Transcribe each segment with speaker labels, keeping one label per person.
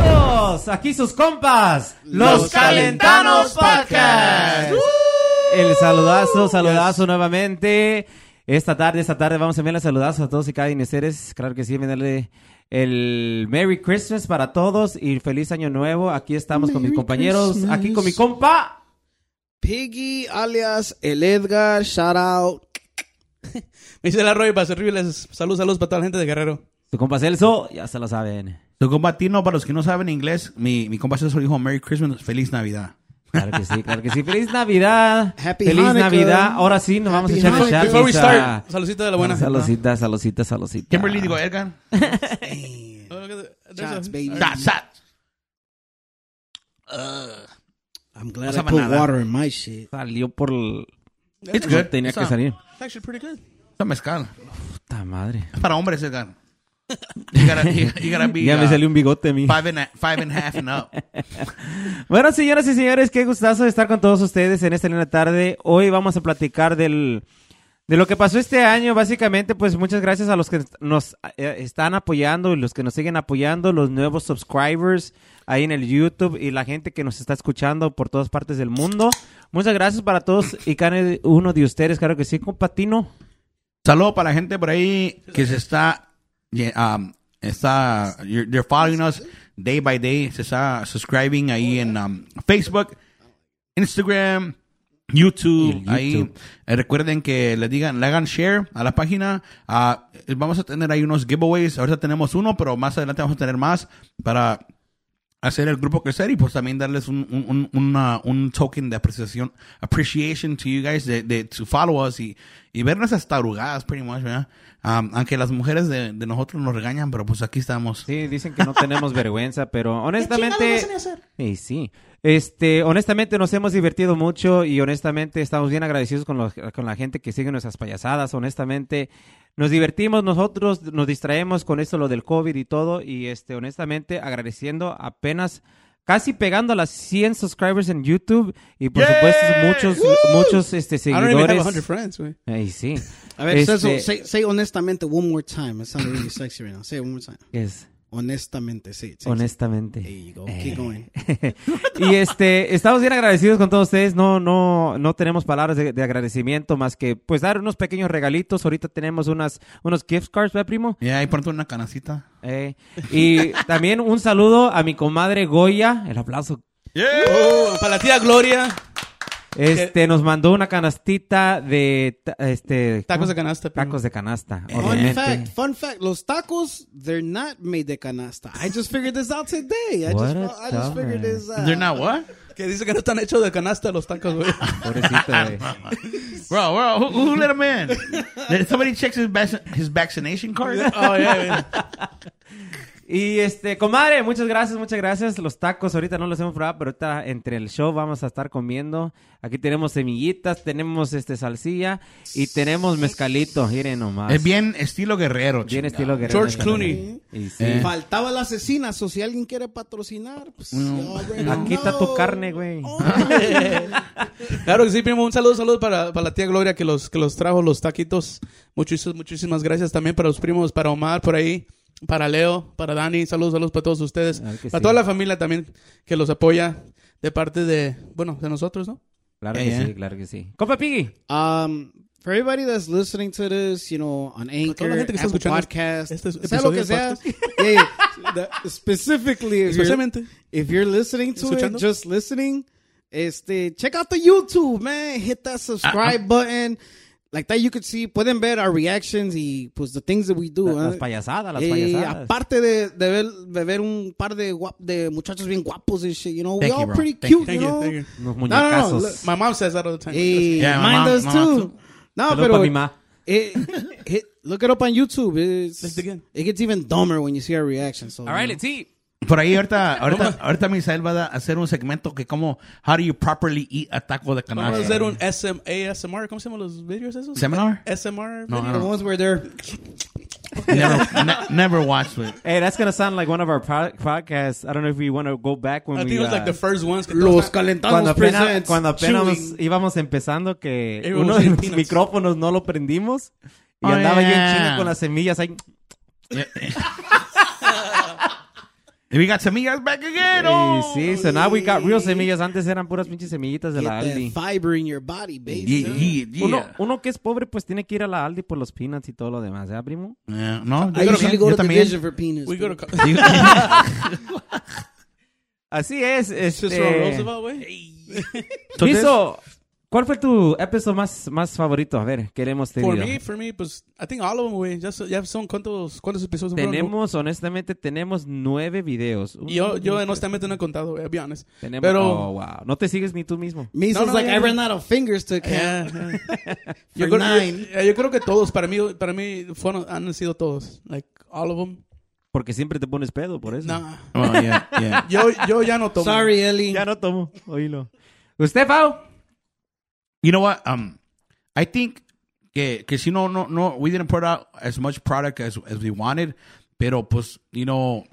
Speaker 1: todos, aquí sus compas, los,
Speaker 2: Los Calentanos Podcast.
Speaker 1: El saludazo, saludazo nuevamente. Esta tarde, esta tarde vamos a enviarle saludazos a todos y cada ineceres. Claro que sí, enviarle el Merry Christmas para todos y feliz año nuevo. Aquí estamos con mis
Speaker 2: Merry
Speaker 1: compañeros,
Speaker 2: Christmas.
Speaker 1: aquí con mi compa.
Speaker 2: Piggy alias el Edgar, shout out.
Speaker 3: Me dice la Roy para servirles. Saludos, saludos para toda la gente de Guerrero.
Speaker 1: Tu compa Celso, ya se lo saben.
Speaker 4: Tu compa Tino, para los que no saben inglés, mi, mi compa César dijo Merry Christmas, Feliz Navidad.
Speaker 1: Claro que sí, claro que sí. Feliz Navidad.
Speaker 2: Happy
Speaker 1: feliz
Speaker 2: Hanukkah.
Speaker 1: Navidad. Ahora sí, nos vamos a
Speaker 2: Happy
Speaker 1: echar el
Speaker 2: Hanukkah.
Speaker 1: chat.
Speaker 3: Before we start, saludcita de la buena.
Speaker 1: Saludcita, saludcita, saludcita.
Speaker 4: Kimberly digo Edgar.
Speaker 3: Shots,
Speaker 2: Shots, baby.
Speaker 4: Shots, shots.
Speaker 2: I'm glad
Speaker 4: No
Speaker 2: I
Speaker 4: sabe
Speaker 2: put
Speaker 4: nada.
Speaker 2: water in my shit.
Speaker 1: Salió por el...
Speaker 4: It's good.
Speaker 1: Tenía
Speaker 4: It's
Speaker 1: que
Speaker 4: a-
Speaker 1: salir.
Speaker 3: It's actually pretty good.
Speaker 4: It's a mezcal.
Speaker 1: Puta madre.
Speaker 4: Es para hombres, Edgar. You gotta, you, you gotta be
Speaker 1: Ya me
Speaker 4: uh,
Speaker 1: salió un bigote a mí.
Speaker 4: five, and a, five and a half and up.
Speaker 1: Bueno, señoras y señores, qué gustazo de estar con todos ustedes en esta linda tarde. Hoy vamos a platicar del, de lo que pasó este año. Básicamente, pues muchas gracias a los que nos eh, están apoyando y los que nos siguen apoyando, los nuevos subscribers ahí en el YouTube y la gente que nos está escuchando por todas partes del mundo. Muchas gracias para todos y cada uno de ustedes, claro que sí, compatino.
Speaker 4: Saludo para la gente por ahí que se está, ye- um, está, you're, they're following us day by day, se está subscribing ahí en um, Facebook, Instagram, YouTube,
Speaker 1: Y el
Speaker 4: ahí.
Speaker 1: YouTube.
Speaker 4: Eh, Recuerden que le digan, le hagan share a la página. Ah, vamos a tener ahí unos giveaways. Ahorita tenemos uno, pero más adelante vamos a tener más para hacer el grupo crecer y pues también darles un, un, un- una- un token de apreciación appreciation to you guys de, de to follow us y, y ver nuestras tarugadas pretty much ¿verdad? Um, aunque las mujeres de, de nosotros nos regañan pero pues aquí estamos
Speaker 1: Sí, dicen que no tenemos vergüenza, pero honestamente...
Speaker 2: chingados hacen hacer?
Speaker 1: Y sí. Este, honestamente nos hemos divertido mucho y honestamente estamos bien agradecidos con, los- con la gente que sigue nuestras payasadas. Honestamente, nos divertimos nosotros, nos distraemos con esto, lo del COVID y todo. Y este, honestamente, agradeciendo apenas casi pegando a las 100 subscribers en YouTube y por
Speaker 4: ¡Yay!
Speaker 1: supuesto muchos, muchos este,
Speaker 3: I don't even have 100
Speaker 1: seguidores.
Speaker 3: friends, güey.
Speaker 1: Ay, sí.
Speaker 2: A ver,
Speaker 1: Este-
Speaker 2: Cecil, say, say honestamente one more time. It sounded really sexy right now. Say it one more time.
Speaker 1: Es-
Speaker 2: Honestamente, say it. say it, say it.
Speaker 1: honestamente.
Speaker 2: There you
Speaker 1: Eh.
Speaker 2: go. Keep going.
Speaker 1: y este, estamos bien agradecidos con todos ustedes. No, no, no tenemos palabras de, de agradecimiento más que pues dar unos pequeños regalitos. Ahorita tenemos unas, unos gift cards, ¿verdad, primo?
Speaker 4: y ahí ponte una canacita
Speaker 1: Eh, y también un saludo a mi comadre Goya. El aplauso.
Speaker 3: Oh, para la tía Gloria,
Speaker 1: Este, nos mandó una canastita de ta- este,
Speaker 3: tacos
Speaker 1: ¿cómo?
Speaker 3: de canasta. primo. Eh,
Speaker 1: Tacos de canasta,
Speaker 2: Fun
Speaker 1: obviamente.
Speaker 2: fact, fun fact, los tacos, they're not made de canasta. I just figured this out today. I
Speaker 1: What
Speaker 2: just,
Speaker 1: a
Speaker 2: I just figured
Speaker 1: dumbass.
Speaker 2: this out.
Speaker 4: they're not what
Speaker 3: Que dice que no están hechos de canasta los tacos, güey.
Speaker 1: Pobrecito, güey.
Speaker 4: bro bro who, who let him in Did somebody checks his, vac- his vaccination card
Speaker 3: Oh, yeah, yeah.
Speaker 1: Y este, comadre, muchas gracias, muchas gracias. Los tacos ahorita no los hemos probado, pero ahorita entre el show vamos a estar comiendo. Aquí tenemos semillitas, tenemos este salsilla y tenemos mezcalito. Miren nomás.
Speaker 4: es bien estilo guerrero
Speaker 1: Bien
Speaker 4: chingado.
Speaker 1: estilo guerrero.
Speaker 3: George Clooney.
Speaker 1: Y sí.
Speaker 4: Eh.
Speaker 2: Faltaba la asesina, so si alguien quiere patrocinar, pues you already
Speaker 1: Mm. Aquí está
Speaker 2: know.
Speaker 1: tu carne, güey.
Speaker 2: Oh,
Speaker 3: Claro que sí, primo. Un saludo, saludo para, para la tía Gloria que los, que los trajo los taquitos. Muchísimas, muchísimas gracias también para los primos, para Omar por ahí, para Leo, para Dani. Saludos, saludos para todos ustedes.
Speaker 1: Claro que
Speaker 3: para
Speaker 1: sí.
Speaker 3: toda la familia también que los apoya de parte de, bueno, de nosotros, ¿no?
Speaker 1: Claro
Speaker 4: Eh,
Speaker 1: que sí,
Speaker 4: eh.
Speaker 1: claro que sí. Compa Piggy.
Speaker 2: Um, for everybody that's listening to this, you know, on Anchor,
Speaker 3: toda la gente que está
Speaker 2: Apple
Speaker 3: escuchando
Speaker 2: Podcast,
Speaker 3: este es-
Speaker 2: sea lo que
Speaker 3: episodio de
Speaker 2: sea, yeah, yeah. That- specifically, if you're,
Speaker 3: Especialmente.
Speaker 2: if you're listening to
Speaker 3: Escuchando.
Speaker 2: it, just listening, este, check out the YouTube, man. Hit that
Speaker 1: Ah,
Speaker 2: subscribe button. Like that, you could see, pueden ver our reactions y pues the things that we do.
Speaker 1: Las
Speaker 2: eh.
Speaker 1: payasadas, las
Speaker 2: Eh,
Speaker 1: payasadas.
Speaker 2: aparte de, de, ver, de ver un par de, guap- de muchachos bien guapos and shit, you know, we
Speaker 4: Thank you,
Speaker 2: all
Speaker 4: bro.
Speaker 2: pretty
Speaker 4: Thank you.
Speaker 2: cute,
Speaker 3: Thank
Speaker 2: you
Speaker 3: you,
Speaker 2: know.
Speaker 3: thank you.
Speaker 1: Unos
Speaker 2: no, no,
Speaker 1: muñecazos.
Speaker 2: look.
Speaker 3: My mom says that all the time.
Speaker 2: Eh,
Speaker 4: Yeah,
Speaker 2: mine
Speaker 4: mamá-
Speaker 2: does
Speaker 4: mamá
Speaker 2: too. No,
Speaker 1: Saludos pa' mi ma.
Speaker 2: pero eh, hit, look it up on YouTube. It's-
Speaker 3: Let's dig in.
Speaker 2: it gets even dumber when you see our reaction. So,
Speaker 1: All right, let's eat.
Speaker 4: Por ahí ahorita, ahorita, ahorita Misael va a hacer un segmento que como How do you properly eat a taco de
Speaker 3: Vamos a
Speaker 4: canasta.
Speaker 3: hacer un SM, ASMR. ¿Cómo se llaman los videos esos?
Speaker 4: seminar.
Speaker 3: SMR.
Speaker 4: No,
Speaker 3: video.
Speaker 2: the
Speaker 4: no,
Speaker 2: ones where they're
Speaker 4: no. never, ne- never watched it.
Speaker 1: Hey, that's gonna sound like one of our pro- podcasts. I don't know if we want to go back when
Speaker 3: I think
Speaker 1: we
Speaker 3: it was like
Speaker 1: uh,
Speaker 3: the first ones. que
Speaker 2: los
Speaker 3: todos-
Speaker 1: cuando
Speaker 2: calentados
Speaker 1: apenas,
Speaker 2: presents.
Speaker 1: cuando apenas
Speaker 2: chewing.
Speaker 1: íbamos empezando que
Speaker 3: Everyone
Speaker 1: uno
Speaker 3: was
Speaker 1: de
Speaker 3: eating
Speaker 1: los
Speaker 3: peanuts.
Speaker 1: micrófonos no lo prendimos y
Speaker 4: Oh,
Speaker 1: andaba yo en
Speaker 4: yeah.
Speaker 1: chinga con las semillas ahí.
Speaker 4: And we got semillas back again.
Speaker 1: Y
Speaker 4: oh.
Speaker 1: sí, so now we got real semillas. Antes eran puras pinches semillitas de
Speaker 2: Get
Speaker 1: la
Speaker 2: that
Speaker 1: Aldi.
Speaker 2: fiber in your body, baby.
Speaker 4: Yeah, yeah, yeah.
Speaker 1: Uno, uno que es pobre, pues tiene que ir a la Aldi por los peanuts y todo lo demás, ¿ya, primo?
Speaker 4: Eh,
Speaker 2: I
Speaker 4: no, yo creo
Speaker 2: usually
Speaker 4: que-
Speaker 2: go to
Speaker 4: yo
Speaker 2: the
Speaker 4: también.
Speaker 2: division for penis.
Speaker 3: We
Speaker 2: dude.
Speaker 3: go to co-
Speaker 4: Digo-
Speaker 1: Así es.
Speaker 3: Cicero
Speaker 1: Este...
Speaker 3: Roosevelt, güey.
Speaker 4: Entonces-
Speaker 1: Listo. ¿Cuál fue tu episodio más, más favorito? A ver, ¿qué le hemos tenido?
Speaker 3: For me, for me, pues, I think all of them, güey. Ya, so- ya son cuántos, cuántos episodios fueron?
Speaker 1: Tenemos, honestamente, tenemos nueve videos. Un-
Speaker 3: Y Yo, yo honestamente no he contado, güey, I'll eh, be honest.
Speaker 1: tenemos...
Speaker 3: pero-
Speaker 1: oh, wow. No te sigues ni tú mismo.
Speaker 2: Me
Speaker 3: No,
Speaker 2: sounds
Speaker 3: no,
Speaker 2: like
Speaker 3: yeah,
Speaker 2: I
Speaker 3: yeah.
Speaker 2: ran out of fingers to count.
Speaker 3: Yeah, yeah. eh, yo,
Speaker 2: For
Speaker 3: creo, yo-
Speaker 2: nine.
Speaker 3: eh, yo creo que todos, para mí, para mí fueron, han sido todos. Like, all of them.
Speaker 1: Porque siempre te pones pedo, por eso.
Speaker 3: Nah.
Speaker 4: Oh, yeah, yeah.
Speaker 3: Yo, yo ya no tomo.
Speaker 2: Sorry, Ellie.
Speaker 1: Ya no tomo. Oílo. ¿Usted, Pau?
Speaker 4: You know what? Um, I think que, que si no, no, no, we didn't put out as much product as, as we wanted, pero pues, you know,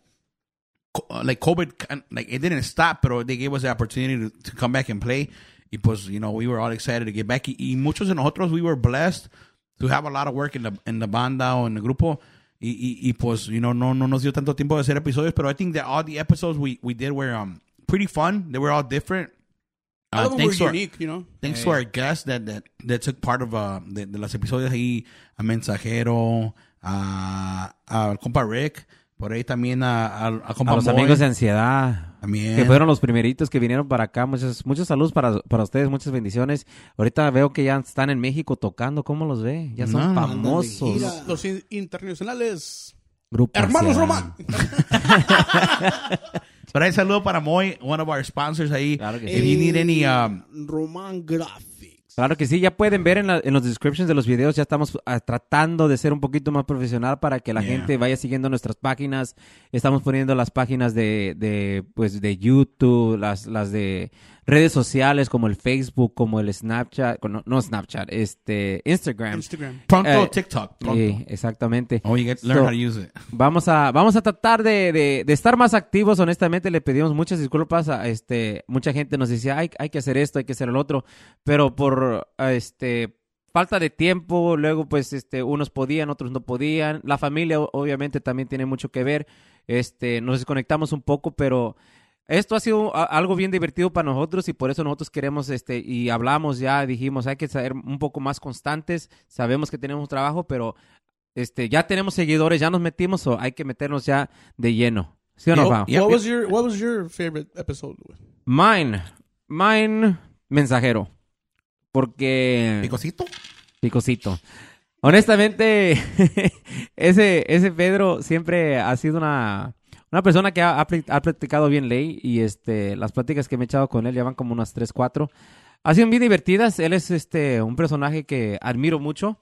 Speaker 4: co- uh, like COVID, kin- like it didn't stop, pero they gave us the opportunity to, to come back and play. Y pues, you know, we were all excited to get back. Y, y muchos de nosotros, we were blessed to have a lot of work in the, in the banda o en el grupo. Y, y, y pues, you know, no, no nos dio tanto tiempo de hacer episodios, pero I think that all the episodes we, we did were um, pretty fun. They were all different.
Speaker 3: All
Speaker 4: Uh,
Speaker 2: Ah,
Speaker 3: of them
Speaker 4: thanks to
Speaker 3: were
Speaker 4: our-
Speaker 3: unique, you know.
Speaker 4: Thanks
Speaker 1: Eh,
Speaker 4: to our guests that that that took part of uh de, de los episodios ahí a mensajero a al compa Rick por ahí también a al- a compa
Speaker 1: A los
Speaker 4: Moy.
Speaker 1: amigos de ansiedad.
Speaker 4: también
Speaker 1: Que fueron los primeritos que vinieron para acá. Muchos, muchos saludos para, para ustedes, muchas bendiciones. Ahorita veo que ya están en México tocando. ¿Cómo los ve? Ya son
Speaker 4: No,
Speaker 1: famosos.
Speaker 2: ándale, gira.
Speaker 3: Los in- internacionales.
Speaker 1: Grupo
Speaker 3: Hermanos
Speaker 1: Ansiedad.
Speaker 3: Román.
Speaker 4: pero ahí saludo para Moy one of our sponsors ahí
Speaker 1: Claro que
Speaker 4: if you need any um
Speaker 2: Eh, Roman Graphics.
Speaker 1: Claro que sí, ya pueden ver en, la- en los descriptions de los videos, ya estamos ah, tratando de ser un poquito más profesional para que la
Speaker 4: Yeah.
Speaker 1: gente vaya siguiendo nuestras páginas. Estamos poniendo las páginas de, de, pues, de YouTube, las, las de redes sociales como el Facebook, como el Snapchat, no, no Snapchat, este, Instagram.
Speaker 3: Instagram.
Speaker 4: pronto
Speaker 1: Eh,
Speaker 4: TikTok pronto
Speaker 1: Sí, exactamente.
Speaker 4: oh you get learn
Speaker 1: So-
Speaker 4: how to use it
Speaker 1: Vamos a, vamos a tratar de, de- de estar más activos, honestamente, le pedimos muchas disculpas a este, mucha gente nos decía, hay, hay que hacer esto, hay que hacer el otro, pero por ah, este falta de tiempo, luego pues este, unos podían, otros no podían, la familia o- obviamente también tiene mucho que ver, este, nos desconectamos un poco, pero esto ha sido a- algo bien divertido para nosotros y por eso nosotros queremos este y hablamos ya, dijimos, hay que ser un poco más constantes, sabemos que tenemos trabajo, pero este ya tenemos seguidores, ya nos metimos o hay que meternos ya de lleno. ¿Sí o no, Pao?
Speaker 3: What, what was your What was your favorite episode? güey?
Speaker 1: Mine, mine mensajero. Porque
Speaker 4: picosito
Speaker 1: picosito. Honestamente, ese, ese Pedro siempre ha sido una, una persona que ha, ha pl- ha platicado bien ley y este, las pláticas que me he echado con él ya van como unas 3, 4. Ha sido bien divertidas. Él es este, un personaje que admiro mucho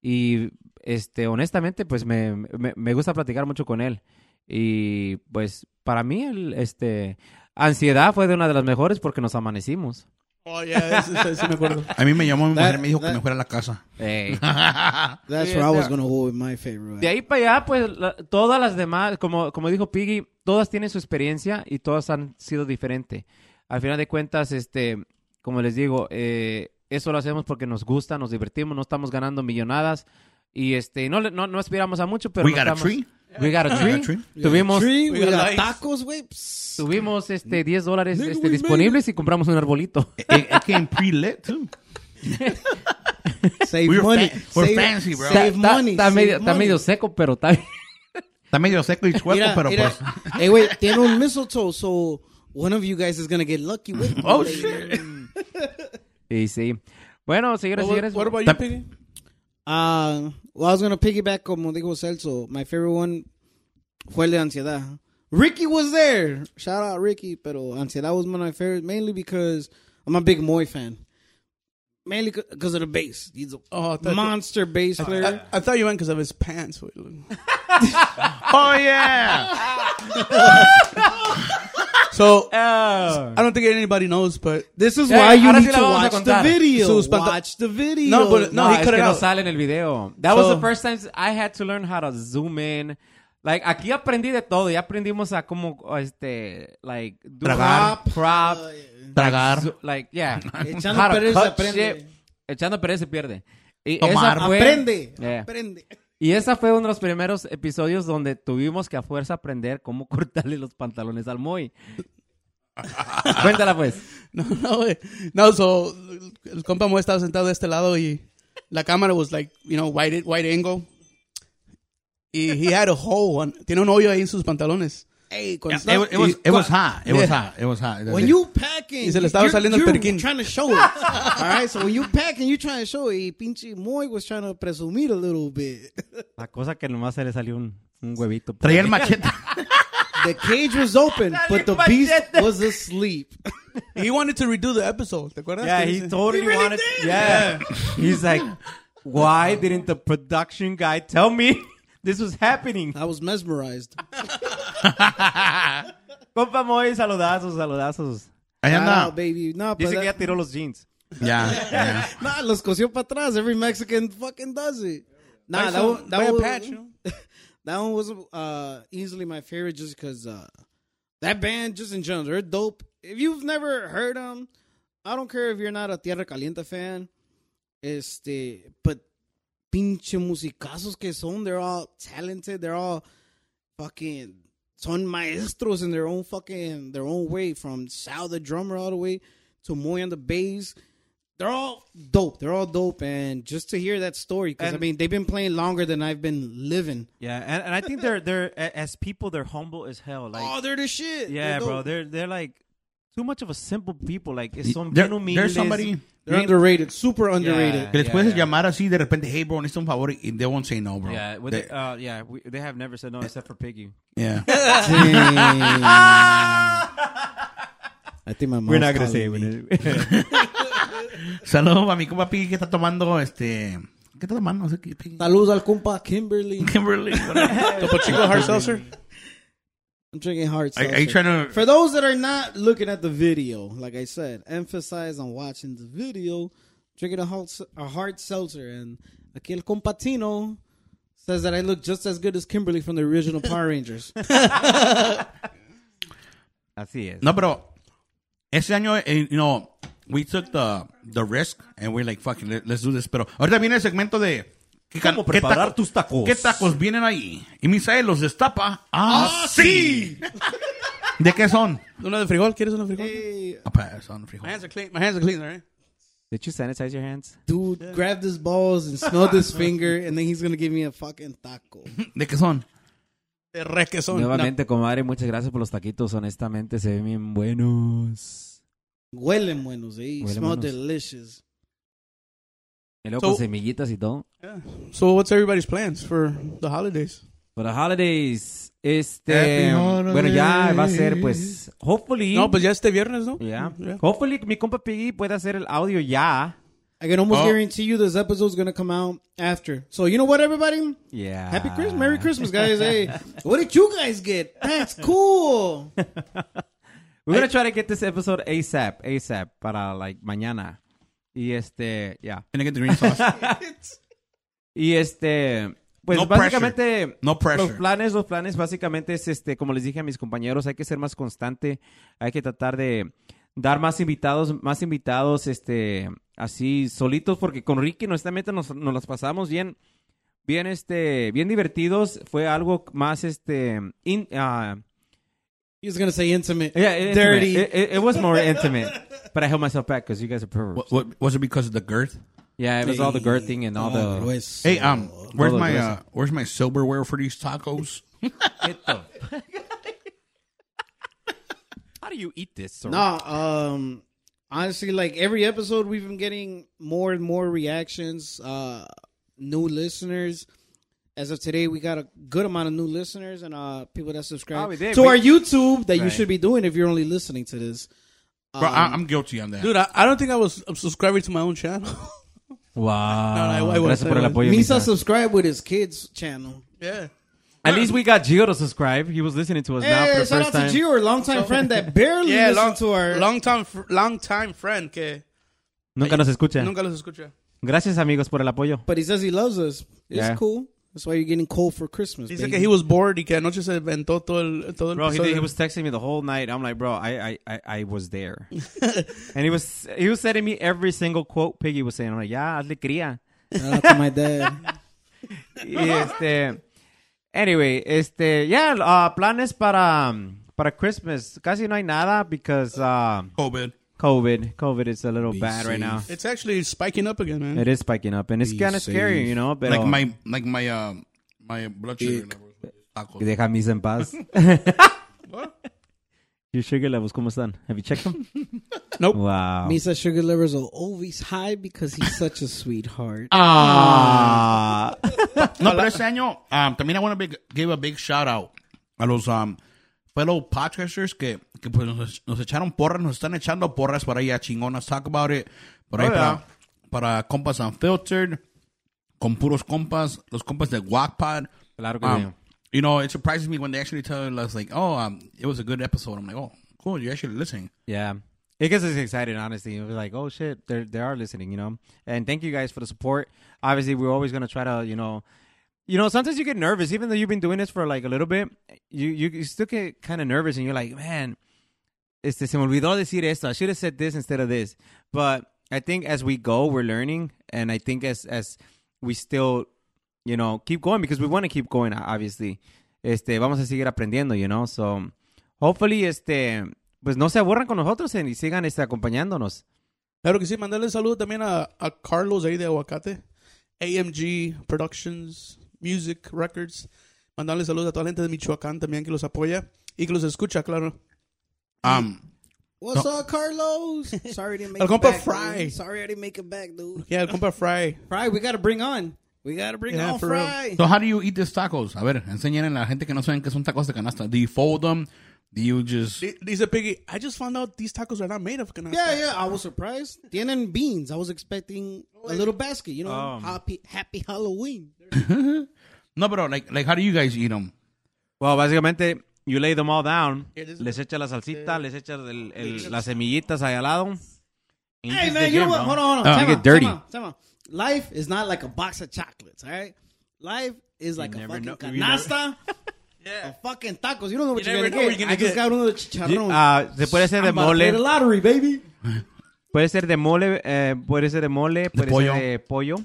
Speaker 1: y este, honestamente pues me, me- me gusta platicar mucho con él. Y pues para mí el, este, ansiedad fue de una de las mejores porque nos amanecimos.
Speaker 3: Oh, yeah, ese- ese- ese me acuerdo.
Speaker 4: a mí me llamó mi
Speaker 2: That-
Speaker 4: mujer y me dijo que
Speaker 2: that-
Speaker 4: me fuera a la casa
Speaker 1: Ey.
Speaker 2: That's
Speaker 1: Yeah,
Speaker 2: where I was
Speaker 1: yeah.
Speaker 2: going to go with my favorite.
Speaker 1: De ahí para allá, pues la- todas las demás, como, como dijo Piggy, todas tienen su experiencia y todas han sido diferentes. Al final de cuentas, este, como les digo, eh, eso lo hacemos porque nos gusta, nos divertimos, no estamos ganando millonadas y este, no, le- no, no aspiramos a mucho, pero
Speaker 4: we
Speaker 1: no
Speaker 4: got a
Speaker 1: estamos-
Speaker 4: tree
Speaker 1: We got a
Speaker 4: We
Speaker 1: tree.
Speaker 4: got a tree.
Speaker 1: Tuvimos,
Speaker 2: Tree,
Speaker 3: We
Speaker 2: we,
Speaker 3: got
Speaker 2: got
Speaker 3: lights.
Speaker 2: tacos, wey. Psst.
Speaker 1: tuvimos este, 10 dólares
Speaker 2: Nigga,
Speaker 1: este,
Speaker 2: we made
Speaker 1: disponibles y compramos un arbolito.
Speaker 4: it, it came pre-lit too
Speaker 2: Save
Speaker 4: We're
Speaker 2: money.
Speaker 4: fa-
Speaker 2: save,
Speaker 4: we're fancy, bro.
Speaker 1: Está-
Speaker 2: Save
Speaker 1: está-
Speaker 2: money.
Speaker 1: Está
Speaker 2: save
Speaker 1: medio- está
Speaker 2: money.
Speaker 1: medio seco, pero está bien.
Speaker 4: está medio seco y chueco
Speaker 2: Mira,
Speaker 4: pero
Speaker 2: mira.
Speaker 4: pues
Speaker 2: hey, wait, tiene un mistletoe, so one of you guys is going to get lucky with me
Speaker 4: oh
Speaker 2: later.
Speaker 4: shit
Speaker 1: Y sí. Bueno, señoras y
Speaker 3: What,
Speaker 1: señores.
Speaker 3: what about you,
Speaker 4: Tap-
Speaker 3: Piggy?
Speaker 2: Uh, well, I was going to piggyback como dijo Celso. My favorite one fue el de ansiedad. Ricky was there. Shout out Ricky, pero ansiedad was one of my favorites mainly because I'm a big Moy fan. Mainly because of the bass. He's a
Speaker 3: Oh, I thought-
Speaker 2: monster bass player.
Speaker 3: I, I thought you went because of his pants. güey.
Speaker 4: oh yeah
Speaker 3: So
Speaker 1: Ah.
Speaker 3: I don't think anybody knows, but
Speaker 2: This is
Speaker 1: Yeah,
Speaker 2: why you
Speaker 1: ahora
Speaker 2: need
Speaker 1: sí la
Speaker 2: to
Speaker 1: vamos a
Speaker 2: watch the
Speaker 1: contar.
Speaker 2: video.
Speaker 3: Sus panta-
Speaker 2: watch the video.
Speaker 3: No, but-
Speaker 1: No,
Speaker 3: No, he
Speaker 1: Ah, es
Speaker 3: cut
Speaker 1: que
Speaker 3: it
Speaker 1: no
Speaker 3: out.
Speaker 1: sale en el video. That was
Speaker 3: So-
Speaker 1: the first time I had to learn how to zoom in. Like, aquí aprendí de todo. Ya aprendimos a cómo, este, like, do
Speaker 4: Tragar.
Speaker 1: prop, prop,
Speaker 4: tragar
Speaker 1: zo- like, yeah.
Speaker 2: Oh, Echando
Speaker 1: How to
Speaker 2: Pérez
Speaker 1: cut
Speaker 2: aprende.
Speaker 1: shit. Echando Pérez se pierde. Y
Speaker 4: Tomar.
Speaker 1: esa fue-
Speaker 2: aprende.
Speaker 1: Ah, Yeah.
Speaker 2: Aprende.
Speaker 1: Y esa fue uno de los primeros episodios donde tuvimos que a fuerza aprender cómo cortarle los pantalones al Moy. Cuéntala pues.
Speaker 3: No, no, güey. No, so, el compa Moe estaba sentado de este lado y la cámara was like, you know, wide, wide angle. Y he had a hole. on- tiene un hoyo ahí en sus pantalones.
Speaker 2: Hey,
Speaker 4: Yeah,
Speaker 1: Pues
Speaker 2: cuando
Speaker 4: it,
Speaker 2: estás-
Speaker 4: was- it was it was hot. It was
Speaker 3: Yeah.
Speaker 4: hot. It was hot.
Speaker 2: When you packing,
Speaker 3: Y se le estaba
Speaker 2: you're-
Speaker 3: saliendo el
Speaker 2: you're
Speaker 3: perquín.
Speaker 2: trying to show it. All right, so when you packing, you trying to show it. Y pinche Moy was trying to presumir a little bit.
Speaker 1: La cosa que nomás se le salió un, un huevito.
Speaker 4: Traía el machete.
Speaker 2: The cage was open, but the beast was asleep.
Speaker 3: He wanted to redo the episode, ¿te acuerdas?
Speaker 1: Yeah,
Speaker 3: Que
Speaker 1: he
Speaker 3: dice-
Speaker 1: totally wanted. Yeah. he's like, why didn't the production guy tell me this was happening?
Speaker 2: I was mesmerized.
Speaker 1: Compa Moy, saludazos, saludazos.
Speaker 4: Ahí
Speaker 2: Wow,
Speaker 4: anda.
Speaker 2: baby. No, but
Speaker 1: Dice que ya
Speaker 2: that-
Speaker 1: tiró los jeans.
Speaker 4: Ya, ya.
Speaker 2: nah, los cosió para atrás. Every Mexican fucking does it. Nah,
Speaker 3: Buy
Speaker 2: that
Speaker 3: some-
Speaker 2: one,
Speaker 3: buy
Speaker 2: that
Speaker 3: a
Speaker 2: one,
Speaker 3: patch, you know?
Speaker 2: that one was uh, easily my favorite just because uh, that band, just in general, they're dope. If you've never heard them, I don't care if you're not a Tierra Caliente fan. Este, but pinche musicazos que son, they're all talented. They're all fucking son maestros in their own fucking their own way. From Sal the drummer all the way to Moy on the bass. They're all dope. They're all dope, and just to hear that story, because I
Speaker 1: And-
Speaker 2: mean, they've been playing longer than I've been living.
Speaker 1: Yeah, and, and I think they're they're a- as people they're humble as hell. Like,
Speaker 2: oh, they're the shit.
Speaker 1: yeah,
Speaker 2: They're dope.
Speaker 1: bro, they're they're like too much of a simple people. Like, it's some
Speaker 4: There-
Speaker 1: bien humildes.
Speaker 4: there's somebody
Speaker 2: They're underrated, super underrated.
Speaker 1: Yeah.
Speaker 4: que les puedes llamar así de repente, hey bro, necesito un favor y they won't say no, bro.
Speaker 1: Yeah, with
Speaker 4: They- Eh,
Speaker 1: the, uh, yeah, we, they have never said no except for Piggy.
Speaker 4: yeah.
Speaker 2: I think my mom's calling me.
Speaker 1: uh,
Speaker 4: Saludos a mi compa Piggy que está tomando este. ¿Qué está tomando? No sé qué. Piggy.
Speaker 2: Saludos al compa Kimberly.
Speaker 4: Kimberly.
Speaker 3: Topo Chico Hard Seltzer.
Speaker 2: I'm drinking hard
Speaker 4: Are,
Speaker 2: seltzer.
Speaker 4: are you trying to?
Speaker 2: For those that are not looking at the video, like I said, emphasize on watching the video, drinking a hard, a hard seltzer. And aquel compatino says that I look just as good as Kimberly from the original Power Rangers.
Speaker 1: Así es.
Speaker 4: No, pero ese año, eh, you know, we took the the risk and we're like, fucking, let- let's do this. Pero ahorita viene el segmento de ¿qué ca-
Speaker 1: ¿Cómo
Speaker 4: qué
Speaker 1: preparar
Speaker 4: taco-
Speaker 1: tus tacos?
Speaker 4: ¿Qué tacos vienen ahí? Y Misael los destapa. ¡Ah, sí! ¿De qué son?
Speaker 3: ¿Una de frijol? ¿Quieres una de frijol?
Speaker 2: hey,
Speaker 4: Ah, pues, son
Speaker 3: My
Speaker 4: frijoles.
Speaker 3: hands are clean. My hands are clean, all right?
Speaker 1: Did you sanitize your hands?
Speaker 2: dude, grabbed his balls and smelled his finger, and then he's going to give me a fucking taco.
Speaker 4: ¿De qué son?
Speaker 3: De requesón.
Speaker 1: Nuevamente, comadre, muchas gracias por los taquitos. Honestamente, se ven bien buenos.
Speaker 2: Huelen buenos, eh?
Speaker 1: Huelen
Speaker 2: Smell
Speaker 1: buenos.
Speaker 2: delicious.
Speaker 1: Y luego con
Speaker 3: So-
Speaker 1: semillitas y todo.
Speaker 3: No. So what's everybody's plans for the holidays?
Speaker 1: For the holidays,
Speaker 4: Happy
Speaker 1: este,
Speaker 4: holidays.
Speaker 1: bueno, ya va a ser, pues, hopefully,
Speaker 3: No, pues ya este viernes, ¿no?
Speaker 1: ya,
Speaker 3: Yeah.
Speaker 1: hopefully mi compa Piggy puede hacer el audio ya.
Speaker 2: I can almost
Speaker 4: Oh.
Speaker 2: guarantee you this episode's gonna come out after. So you know what, everybody?
Speaker 1: Yeah.
Speaker 2: Happy Christmas, Merry Christmas, guys! hey, what did you guys get? That's cool.
Speaker 1: We're gonna try to get this episode ASAP, ASAP, para, like, mañana. Y este, ya.
Speaker 4: Tiene que green sauce.
Speaker 1: Y este, pues
Speaker 4: No
Speaker 1: básicamente
Speaker 4: No pressure.
Speaker 1: los planes, los planes básicamente es este, como les dije a mis compañeros, hay que ser más constante, hay que tratar de dar más invitados, más invitados, este, así solitos, porque con Ricky honestamente nos, nos las pasamos bien, bien este, bien divertidos, fue algo más este, in- ah,
Speaker 2: He was gonna say intimate,
Speaker 4: Eh,
Speaker 1: yeah, intimate.
Speaker 2: dirty.
Speaker 1: It, it- it was more intimate, but I held myself back because you guys are perverts.
Speaker 4: What- what- was it because of the girth?
Speaker 1: Yeah, it was all the girthing and all
Speaker 2: Oh,
Speaker 1: the.
Speaker 2: pues.
Speaker 4: Hey, um, where's
Speaker 1: Hold on,
Speaker 4: my
Speaker 1: listen.
Speaker 4: uh, where's my silverware for these tacos?
Speaker 1: How do you eat this? sir?
Speaker 2: Nah, um, honestly, like every episode, we've been getting more and more reactions, uh, new listeners. As of today, we got a good amount of new listeners and uh, people that
Speaker 1: Oh,
Speaker 2: subscribe
Speaker 1: we did.
Speaker 2: to
Speaker 1: We-
Speaker 2: our YouTube that you
Speaker 1: Right.
Speaker 2: should be doing if you're only listening to this.
Speaker 4: Bro, I, I'm guilty on that.
Speaker 3: Dude, I, I don't think I was subscribing to my own channel.
Speaker 1: Wow.
Speaker 3: No, no, I- I
Speaker 1: Gracias
Speaker 3: was-
Speaker 1: por el
Speaker 3: I
Speaker 1: apoyo.
Speaker 2: Misa
Speaker 1: Misa.
Speaker 2: subscribe with his kids channel.
Speaker 3: yeah.
Speaker 1: At least we got Gio to subscribe. He was listening to us now for
Speaker 2: Hey,
Speaker 1: the
Speaker 2: Eh, shout
Speaker 1: first
Speaker 2: out to
Speaker 1: time.
Speaker 2: Gio, our longtime friend that barely
Speaker 3: Yeah,
Speaker 2: listened
Speaker 3: long,
Speaker 2: to our.
Speaker 3: long time, fr- long time friend que
Speaker 1: Nunca nos escucha.
Speaker 3: nunca los escucha.
Speaker 1: Gracias, amigos, por el apoyo.
Speaker 2: but he says he loves us. It's
Speaker 1: Yeah.
Speaker 2: cool. That's why you're getting cold for Christmas.
Speaker 3: Dice
Speaker 2: baby.
Speaker 3: que he was bored y que anoche se inventó todo el todo el
Speaker 1: Bro, he,
Speaker 3: episodio.
Speaker 1: did- he was texting me the whole night. I'm like, bro, I I, I, I was there. and he was he was sending me every single quote Piggy was saying. I'm like, yeah, hazle cría.
Speaker 2: Shout out to my dad.
Speaker 1: Y este. Anyway, este. Ya, ah, planes para, um, para Christmas. Casi no hay nada, because ah,
Speaker 4: COVID.
Speaker 1: COVID. COVID is a little bad right now.
Speaker 3: It's actually spiking up again, man.
Speaker 1: It is spiking up, and it's
Speaker 2: Be
Speaker 1: kind of scary,
Speaker 2: safe.
Speaker 1: you know. Pero
Speaker 4: Like my, like my, um, my blood sugar levels. Tacos.
Speaker 1: deja a mis en paz. Your sugar levels, ¿cómo están? Have you checked them?
Speaker 3: Nope.
Speaker 1: Wow.
Speaker 2: Misa Sugar Lovers are always high because he's such a sweetheart.
Speaker 1: Ah.
Speaker 4: No, pero este año um, también I want to give a big shout out a los um, fellow podcasters que, que pues nos, nos echaron porras, nos están echando porras por ahí a chingonas. Talk about it. Por ahí
Speaker 1: Oh, yeah.
Speaker 4: para, para compas unfiltered, con puros compas, los compas de Wackpad.
Speaker 1: Claro que sí.
Speaker 4: Um, you know, it surprises me when they actually tell us like, "Oh, um, it was a good episode." I'm like, "Oh, cool, you're actually listening."
Speaker 1: Yeah. It gets us excited, honestly. It was like, oh shit, they they are listening, you know. And thank you guys for the support. Obviously, we're always gonna try to, you know, you know. Sometimes you get nervous, even though you've been doing this for like a little bit. You you, you still get kind of nervous, and you're like, man, este se me olvidó decir esto. I should have said this instead of this. But I think as we go, we're learning, and I think as as we still, you know, keep going because we want to keep going. Obviously, este vamos a seguir aprendiendo, you know. So hopefully, este pues no se aburran con nosotros eh, y sigan este, acompañándonos.
Speaker 3: Claro que sí, mandarle saludo también a, a Carlos ahí de Aguacate, AMG Productions, Music Records. Mandarle saludos a toda la gente de Michoacán también que los apoya y que los escucha, claro.
Speaker 4: Um,
Speaker 2: What's up, Carlos? Sorry I didn't make
Speaker 3: El
Speaker 2: it
Speaker 3: compa
Speaker 2: back.
Speaker 3: Fry.
Speaker 2: dude. Sorry I didn't make it back, dude.
Speaker 3: Yeah, el compa Fry.
Speaker 2: Fry, we gotta bring on. We gotta bring
Speaker 3: Yeah,
Speaker 2: on
Speaker 3: for real.
Speaker 2: Fry.
Speaker 4: so how do you eat these tacos? A ver, enseñen a la gente que no saben que son tacos de canasta. Do you fold them? Do you just
Speaker 3: Di- Dice Piggy, I just found out these tacos are not made of canasta.
Speaker 2: Yeah, yeah, I was surprised. Tienen beans. I was expecting a little basket, you know.
Speaker 1: Um.
Speaker 2: happy, happy Halloween.
Speaker 4: no, pero like like how do you guys eat 'em? them?
Speaker 1: Bueno, básicamente, you lay them all down,
Speaker 3: Yeah, this is-
Speaker 1: les echa la salsita, les echa el- el- las semillitas ahí al lado. and
Speaker 2: Hey
Speaker 1: just
Speaker 2: man,
Speaker 1: dig
Speaker 2: you know
Speaker 1: in,
Speaker 2: what?
Speaker 1: bro.
Speaker 2: Hold on, hold on.
Speaker 4: Uh,
Speaker 2: Time
Speaker 1: Make it
Speaker 2: out,
Speaker 1: dirty.
Speaker 2: Time out, time out. Life is not like a box of chocolates, all right? Life is like a
Speaker 1: never
Speaker 2: fucking
Speaker 1: know- you
Speaker 2: canasta. yeah. A fucking tacos. You don't know what you
Speaker 3: never
Speaker 2: are
Speaker 3: know what
Speaker 2: gonna get.
Speaker 3: you're gonna
Speaker 2: I just
Speaker 3: get.
Speaker 2: got uno de chicharrón.
Speaker 1: Ah, se puede hacer de
Speaker 2: I'm about to play the
Speaker 1: mole,
Speaker 2: lottery, baby.
Speaker 1: puede ser de mole, eh, puede ser de mole, puede
Speaker 4: pollo.
Speaker 1: ser de pollo,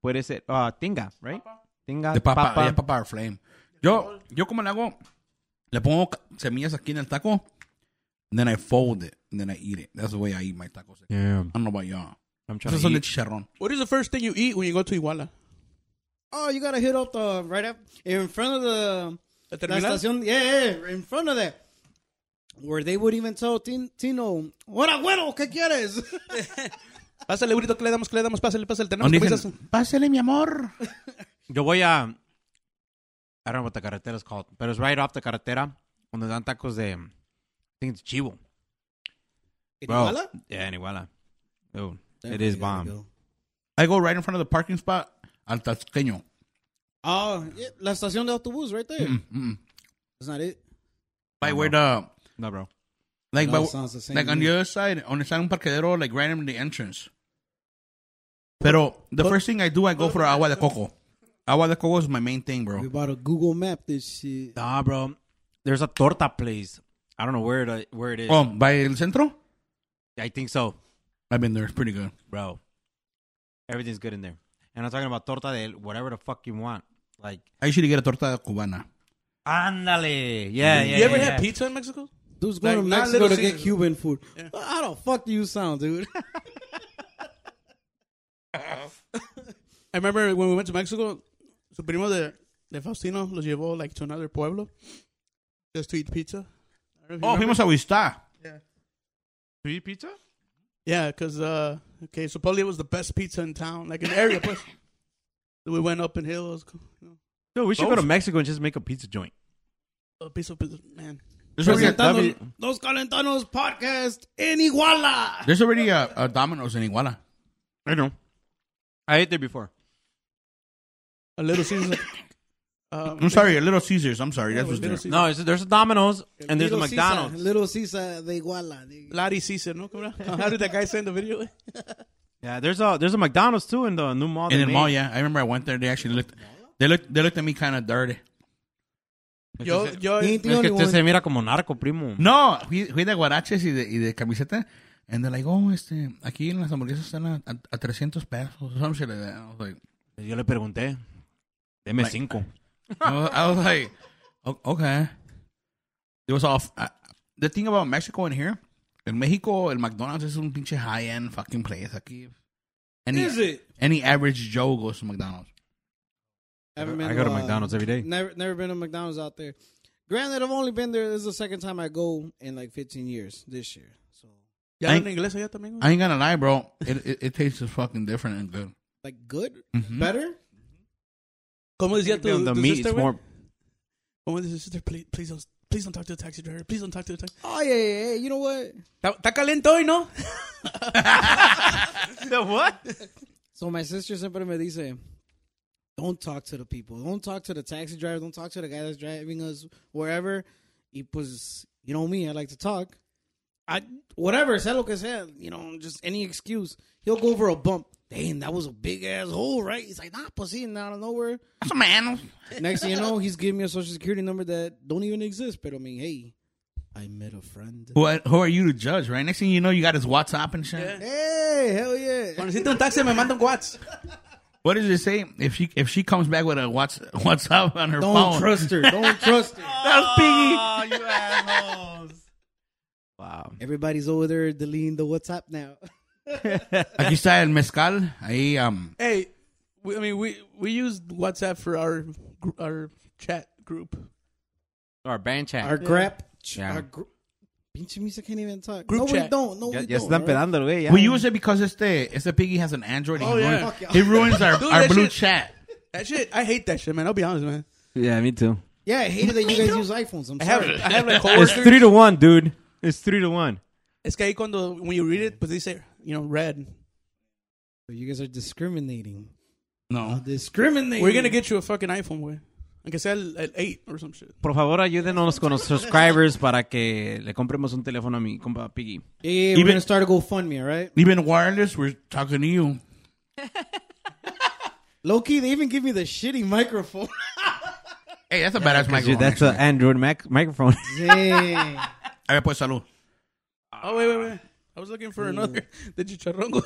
Speaker 1: puede ser ah, tinga, right? Tinga,
Speaker 2: Ah,
Speaker 4: De papa,
Speaker 1: papa.
Speaker 4: de papa or flame. Yo, yo como le hago, le pongo ca- semillas aquí en el taco, and then I fold it, and then I eat it. That's the way I eat my tacos. I
Speaker 1: Damn,
Speaker 4: don't know about y'all.
Speaker 1: I'm trying
Speaker 4: Esos
Speaker 1: to
Speaker 4: son de
Speaker 1: eat.
Speaker 4: chicharrón.
Speaker 3: What is the first thing you eat when you go to Iguala?
Speaker 2: Oh, you gotta hit up the right up in front of the
Speaker 3: ¿La
Speaker 2: la
Speaker 3: terminal?
Speaker 2: estación. Yeah, yeah, in front of that. Where they would even tell Tin- Tino, "Hola, güero, ¿qué quieres?"
Speaker 3: Pásale, burrito, que le damos, que le damos, pásale, pásale. Tenemos
Speaker 4: Donde
Speaker 3: camisas.
Speaker 4: dicen, pásale, mi amor.
Speaker 1: Yo voy a. I don't know what the carretera is called, pero es right off the carretera donde dan tacos de. I think it's chivo. Bro.
Speaker 2: Iguala?
Speaker 1: Yeah, in Iguala. Dude, it
Speaker 2: Definitely
Speaker 1: is
Speaker 2: gotta
Speaker 1: bomb.
Speaker 2: go.
Speaker 4: I go right in front of the parking spot al tasqueño.
Speaker 2: Oh, yeah, la estación de autobús right
Speaker 1: Mm.
Speaker 2: there.
Speaker 4: Mm-mm.
Speaker 2: That's not it.
Speaker 4: By where the,
Speaker 1: No, bro.
Speaker 4: like,
Speaker 2: No,
Speaker 4: by,
Speaker 2: it sounds the same
Speaker 4: like
Speaker 2: to
Speaker 4: on
Speaker 2: me.
Speaker 4: the other side, on the side un parqueadero, like right in the entrance. Pero the first thing I do, I go for agua de coco. Agua de coco is my main thing,
Speaker 2: We
Speaker 4: bro.
Speaker 2: about to Google Map this shit.
Speaker 1: Nah, bro. There's a torta place. I don't know where it, where it is.
Speaker 4: Oh, by el centro?
Speaker 1: I think so,
Speaker 4: I've been there. It's pretty good.
Speaker 1: bro. Everything's good in there. And I'm talking about torta de whatever the fuck you want. Like,
Speaker 4: I usually get a torta cubana.
Speaker 1: ándale. Yeah, yeah.
Speaker 3: you ever
Speaker 1: yeah,
Speaker 3: had
Speaker 1: yeah.
Speaker 3: pizza in Mexico?
Speaker 2: Dude's going
Speaker 3: Like,
Speaker 2: to
Speaker 3: not
Speaker 2: Mexico to
Speaker 3: Little
Speaker 2: get
Speaker 3: Caesars.
Speaker 2: Cuban food. How the fuck do you sound, dude?
Speaker 3: I remember when we went to Mexico, su primo de, de Faustino los llevó like to another pueblo just to eat pizza. I don't know
Speaker 4: Oh,
Speaker 3: if you remember.
Speaker 4: fuimos a Wistá.
Speaker 3: Yeah, because, uh, okay, supposedly it was the best pizza in town, like an area. pues. we went up in hills. You know,
Speaker 1: Dude, we should go to Mexico and just make a pizza joint.
Speaker 3: a piece of pizza, man.
Speaker 4: There's already, a,
Speaker 2: Presentando
Speaker 1: W-
Speaker 2: Los Calentanos podcast en Iguala.
Speaker 4: there's already a, a Domino's in Iguala.
Speaker 1: I know. I ate there before.
Speaker 3: A little season. um,
Speaker 4: I'm sorry, a Little Caesars. I'm sorry. That was
Speaker 3: Little
Speaker 4: there.
Speaker 3: Caesar.
Speaker 1: No, it's, there's a Domino's and there's a
Speaker 2: Little
Speaker 1: McDonald's.
Speaker 2: Sisa, Little Sisa de Iguala. nigga.
Speaker 3: Larry Caesar, no? Come on. How did that guy send the video?
Speaker 1: Yeah, there's a there's a McDonald's too in the new mall.
Speaker 4: In
Speaker 1: they
Speaker 4: the
Speaker 1: made.
Speaker 4: mall, yeah. I remember I went there. They actually looked. They looked. They looked at me kind of dirty.
Speaker 3: yo, yo,
Speaker 2: He ain't the
Speaker 1: Es que
Speaker 2: only
Speaker 1: usted se
Speaker 2: one.
Speaker 1: mira como narco, primo.
Speaker 4: No, fui, fui de guaraches y de, y de camiseta. And they're like, oh, este, aquí en las hamburguesas están a, a, a 300 pesos. Some shit like that. I was like,
Speaker 1: Yo le pregunté. M5.
Speaker 4: I was, I was like, "O- okay. It was off. I, the thing about Mexico in here, in Mexico, el McDonald's is un pinche high end fucking place. Aquí. Any,
Speaker 2: Is it?
Speaker 4: Any average Joe goes to McDonald's.
Speaker 2: Haven't been
Speaker 1: I go to
Speaker 2: uh,
Speaker 1: McDonald's every day.
Speaker 2: Never, never been to McDonald's out there. Granted, I've only been there. This is the second time I go in like 15 years this year. So
Speaker 3: ¿Ya
Speaker 4: Ay.
Speaker 3: hablan inglés allá también? güey?
Speaker 4: I ain't gonna lie, bro. It it, it tastes fucking different and good.
Speaker 2: like good,
Speaker 1: Hmm?
Speaker 4: Mhm.
Speaker 2: better.
Speaker 3: ¿Cómo decía tu,
Speaker 1: The
Speaker 3: tu
Speaker 1: meat
Speaker 3: sister,
Speaker 1: is
Speaker 3: güey?
Speaker 1: more-
Speaker 3: ¿Cómo decía tu Oh, sister? Please, please, don't, please don't talk to the taxi driver. Please don't talk to the taxi
Speaker 2: Oh yeah, yeah, yeah. You know what?
Speaker 3: Está, está caliente hoy, ¿no?
Speaker 2: So my sister siempre me dice, don't talk to the people. Don't talk to the taxi driver. Don't talk to the guy that's driving us wherever. Y pues, you know me, I like to talk. I whatever, sea lo que sea, you know, just any excuse. He'll go over a bump. Damn, that was a big ass hole, right? He's like, nah, pues sí, and out of nowhere.
Speaker 4: That's a man.
Speaker 2: Next thing you know, he's giving me a social security number that don't even exist. But I mean, hey, I met a friend.
Speaker 4: Who, are- who are you to judge, right? Next thing you know, you got his WhatsApp and shit.
Speaker 2: Hey, hell yeah.
Speaker 3: Cuando necesito un taxi me manda un WhatsApp.
Speaker 4: What does it say if she if she comes back with a what's WhatsApp on her
Speaker 2: Don't
Speaker 4: phone?
Speaker 2: trust her. Don't trust her.
Speaker 4: That's piggy.
Speaker 1: Oh, you assholes. Wow.
Speaker 2: Everybody's over there deleting the WhatsApp now.
Speaker 4: Aquí está el mezcal. Ahí um.
Speaker 3: Hey, we, I mean, we, we used WhatsApp for our, gr- our chat group.
Speaker 1: Our band chat.
Speaker 2: Our grab.
Speaker 1: Yeah.
Speaker 2: Our gr- Pinche music can't even talk.
Speaker 3: Group
Speaker 2: no, we
Speaker 3: chat.
Speaker 2: don't. No,
Speaker 1: Ya,
Speaker 2: we
Speaker 1: ya se
Speaker 2: don't.
Speaker 1: están
Speaker 2: all right?
Speaker 1: pedando, el güey. ya.
Speaker 4: We use it because it's the it's the piggy has an Android. and
Speaker 3: Oh,
Speaker 4: he
Speaker 3: yeah.
Speaker 4: ruins,
Speaker 2: Fuck y'all.
Speaker 4: he ruins our,
Speaker 3: Dude,
Speaker 4: our
Speaker 3: that
Speaker 4: blue
Speaker 3: shit-
Speaker 4: chat.
Speaker 3: That shit, I hate that shit, man. I'll be honest, man.
Speaker 1: Yeah, me too.
Speaker 2: Yeah, I hated that you guys use iPhones. I'm
Speaker 3: I have,
Speaker 2: sorry.
Speaker 3: I have like
Speaker 1: It's
Speaker 3: coworkers.
Speaker 1: three to one, dude. It's three to one.
Speaker 3: Es que ahí cuando, when you read it, pues dice, you know, red.
Speaker 2: You guys are discriminating.
Speaker 4: No,
Speaker 2: Discriminating.
Speaker 3: We're gonna get you a fucking iPhone, güey. Aunque sea el, el 8 or some shit.
Speaker 1: Por favor, ayúdenos con los subscribers para que le compremos un teléfono a mi compa Piggy.
Speaker 2: Yeah, yeah, we're
Speaker 4: Even-
Speaker 2: gonna start a GoFundMe, all right?
Speaker 4: even wireless. We're talking to you.
Speaker 2: Low key, they even give me the shitty microphone.
Speaker 4: Hey, that's a badass microphone.
Speaker 1: that's
Speaker 4: actually.
Speaker 1: an Android mac- microphone.
Speaker 2: Dang.
Speaker 4: A ver, pues, salud.
Speaker 3: Oh, wait, wait, wait. I was looking for another. De chicharrón, güey.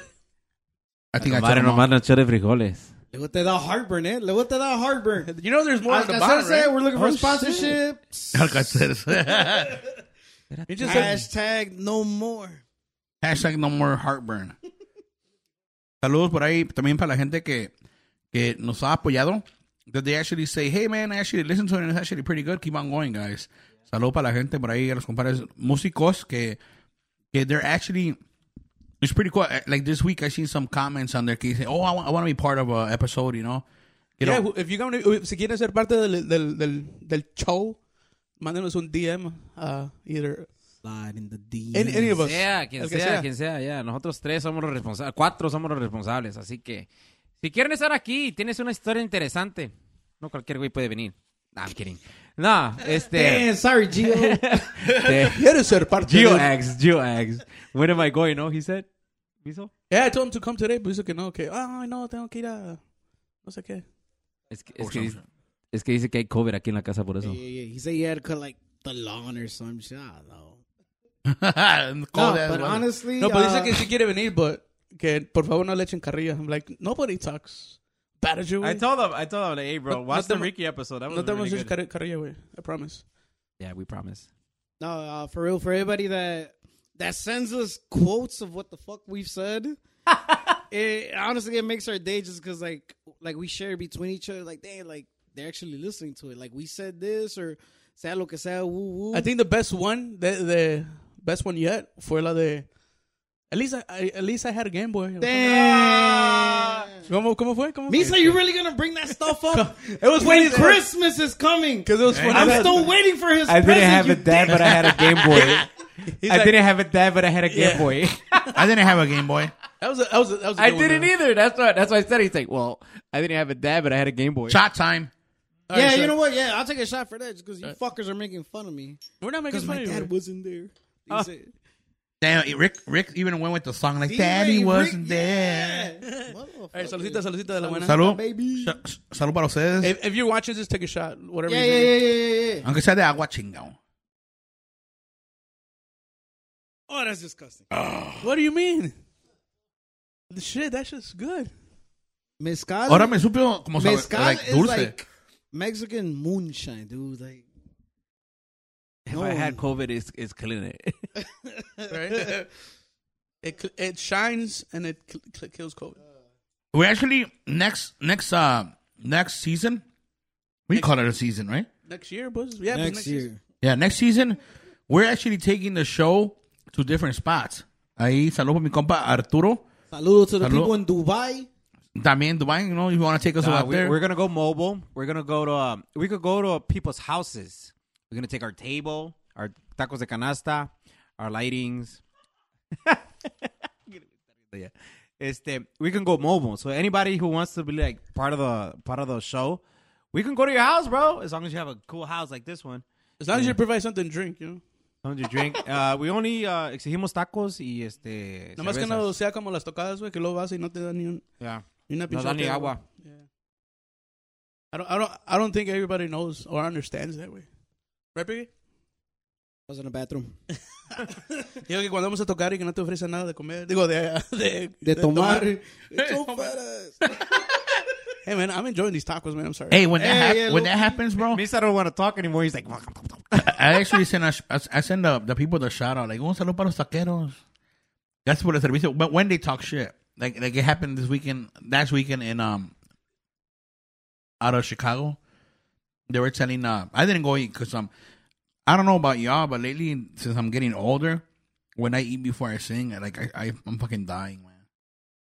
Speaker 4: I think I took
Speaker 1: Madre
Speaker 4: them all.
Speaker 1: nomás noche de frijoles.
Speaker 2: Look at that heartburn, eh? Look at that heartburn.
Speaker 3: You know there's more
Speaker 2: I was
Speaker 3: at the
Speaker 2: gonna
Speaker 3: bottom,
Speaker 2: say,
Speaker 3: right?
Speaker 2: we're looking for
Speaker 1: Oh,
Speaker 2: sponsorship.
Speaker 4: Alcaceres.
Speaker 3: You just said-
Speaker 2: Hashtag no more.
Speaker 4: Hashtag no more heartburn. Saludos por ahí también para la gente que, que nos ha apoyado. That they actually say, hey man, actually listen to it, it's actually pretty good. Keep on going, guys. Saludos para la gente por ahí, a los compadres músicos que, que they're actually. It's pretty cool. Eh, Like this week, I seen some comments on there que say, oh, I want to be part of an episode, you know. You
Speaker 3: Yeah,
Speaker 4: know,
Speaker 3: if you gonna, if- si quieren ser parte del, del, del, del show, mándenos un DM a either
Speaker 2: Slide in the D.
Speaker 3: any, any of us.
Speaker 1: Sea, quien
Speaker 3: El
Speaker 1: sea,
Speaker 3: que sea.
Speaker 1: quien sea, ya. Nosotros tres somos los responsables, cuatro somos los responsables. Así que, si quieren estar aquí y tienes una historia interesante, no cualquier güey puede venir. Nah, I'm kidding. No, este.
Speaker 2: Damn, sorry, Gio.
Speaker 1: este
Speaker 3: ¿Quieres ser parte
Speaker 1: Geo
Speaker 3: del-
Speaker 1: X, Geo X. Where am I going? No, he said. ¿Viso?
Speaker 3: Yeah, I told him to come today, pero dice que no, que, ah, no, tengo que ir a, no sé qué.
Speaker 1: Es que, es, que, dice- es que dice que hay cover aquí en la casa por eso.
Speaker 2: Yeah, yeah, yeah. He said he had to cut like the lawn or some shit. I don't know. No,
Speaker 4: cold ass
Speaker 2: but
Speaker 4: weather.
Speaker 2: honestly,
Speaker 3: No, pero
Speaker 2: uh,
Speaker 3: dice que sí quiere venir, but que por favor no le echen carrilla. I'm like, nobody talks bad at you, güey.
Speaker 1: told him, I told him, like, hey, bro,
Speaker 3: No- watch no the te-
Speaker 1: Ricky episode. That
Speaker 3: No te vamos a echar car- carrilla, güey. I promise.
Speaker 1: Yeah, we promise.
Speaker 2: no, uh, for real, for everybody that that sends us quotes of what the fuck we've said, it honestly it makes our day just because like like we share between each other. Like, dang, like they're actually listening to it. Like we said this or sea lo que sea, woo woo.
Speaker 3: I think the best one, the, the best one yet, fue la de. At least I, I- at least I had a Game Boy.
Speaker 2: Damn.
Speaker 3: ¿Cómo, cómo fue? ¿Cómo fue?
Speaker 2: Misa, you really gonna bring that stuff up?
Speaker 3: It was funny
Speaker 2: when
Speaker 3: as fuck.
Speaker 2: Christmas is coming.
Speaker 3: 'Cause it was funny.
Speaker 2: I'm
Speaker 3: as
Speaker 2: still
Speaker 3: fuck.
Speaker 2: waiting for his
Speaker 1: I didn't
Speaker 2: present,
Speaker 1: have
Speaker 2: you
Speaker 1: a dad, but I had a Game Boy.
Speaker 3: He's
Speaker 1: I
Speaker 3: like,
Speaker 1: didn't have a dad, but I had a Game
Speaker 3: Yeah.
Speaker 1: Boy.
Speaker 4: I didn't have a Game Boy.
Speaker 3: That was a, that was a, that was a
Speaker 1: I
Speaker 3: good one,
Speaker 1: didn't
Speaker 3: though.
Speaker 1: either. That's what that's what I said. He's like, well, I didn't have a dad, but I had a Game Boy.
Speaker 4: Shot time.
Speaker 3: All right,
Speaker 2: Yeah,
Speaker 3: so-
Speaker 2: you know what? Yeah, I'll take a shot for that because
Speaker 3: Uh,
Speaker 2: you fuckers are making fun of me.
Speaker 3: We're not making
Speaker 2: Because
Speaker 3: fun
Speaker 2: my
Speaker 3: of you.
Speaker 2: dad
Speaker 3: güey.
Speaker 2: wasn't there. He
Speaker 1: Ah.
Speaker 2: said-
Speaker 4: Damn, Rick. Rick even went with the song like,
Speaker 2: See,
Speaker 4: "Daddy
Speaker 2: Rick,
Speaker 4: wasn't
Speaker 2: Rick,
Speaker 4: there."
Speaker 2: yeah.
Speaker 3: All right, saludita, saludita de la buena.
Speaker 4: Salud.
Speaker 2: Baby.
Speaker 4: Sa- s- Salud para ustedes.
Speaker 3: If, if you're watching, just take a shot. Whatever.
Speaker 2: Yeah,
Speaker 3: you
Speaker 2: yeah,
Speaker 3: do.
Speaker 2: yeah, yeah, yeah, yeah.
Speaker 4: Aunque sea de agua chingao.
Speaker 2: Oh, that's disgusting.
Speaker 3: What do you mean? The shit, that shit's good.
Speaker 2: Mezcal.
Speaker 4: Ahora me supe como sabe,
Speaker 2: mezcal
Speaker 4: like,
Speaker 2: is
Speaker 4: dulce.
Speaker 2: like Mexican moonshine, dude. Like,
Speaker 5: If
Speaker 2: No.
Speaker 5: I had COVID, it's, it's killing it.
Speaker 3: Right? it, cl- it shines and it cl- cl- kills COVID.
Speaker 4: We actually next next uh next season. We call it a season, right?
Speaker 3: Next year, boys. Yeah, pues,
Speaker 2: next, year.
Speaker 4: Yeah, next season we're actually taking the show to different spots. Ahí saludo por mi compa Arturo.
Speaker 2: Saludos to the
Speaker 4: Salud.
Speaker 2: people in Dubai.
Speaker 4: También Dubai, you know, if you want to take us
Speaker 1: Uh,
Speaker 4: out
Speaker 1: we,
Speaker 4: there.
Speaker 1: are gonna go mobile. We're gonna go to um, we could go to people's houses. We're gonna take our table, our tacos de canasta, our lightings. Yeah. este, we can go mobile. So anybody who wants to be like part of the part of the show, we can go to your house, bro. As long as you have a cool house like this one,
Speaker 3: As long as you provide something to drink, you know.
Speaker 1: something to drink. uh, we only uh, exigimos tacos y este.
Speaker 3: Nomás que
Speaker 1: cervezas.
Speaker 3: no sea como las tocadas, güey, que luego vas y no te dan ni, un,
Speaker 1: Yeah.
Speaker 3: ni una
Speaker 1: No
Speaker 3: pinche
Speaker 1: dan ni
Speaker 3: botella,
Speaker 1: agua.
Speaker 3: güey. Yeah. I don't, I don't, I don't think everybody knows or understands that, güey. Right, Piggy?
Speaker 2: I was in the bathroom.
Speaker 3: Digo que cuando vamos a tocar y que no te ofrecen nada de comer, digo, de, de,
Speaker 2: De tomar.
Speaker 3: Hey, man, I'm enjoying these tacos, man. I'm sorry.
Speaker 4: Hey, when that
Speaker 2: Hey,
Speaker 4: hap-
Speaker 2: yeah,
Speaker 4: when
Speaker 2: low
Speaker 4: that happens, bro,
Speaker 1: Misa don't want to talk anymore. He's like,
Speaker 4: I actually send a sh- I s- I send the, the people the shout out like un saludo para los taqueros. That's what the servicio. But when they talk shit, like like it happened this weekend, last weekend in um out of Chicago, they were telling. Uh, I didn't go eat because um I don't know about y'all, but lately since I'm getting older, when I eat before I sing, I, like I, I I'm fucking dying, man.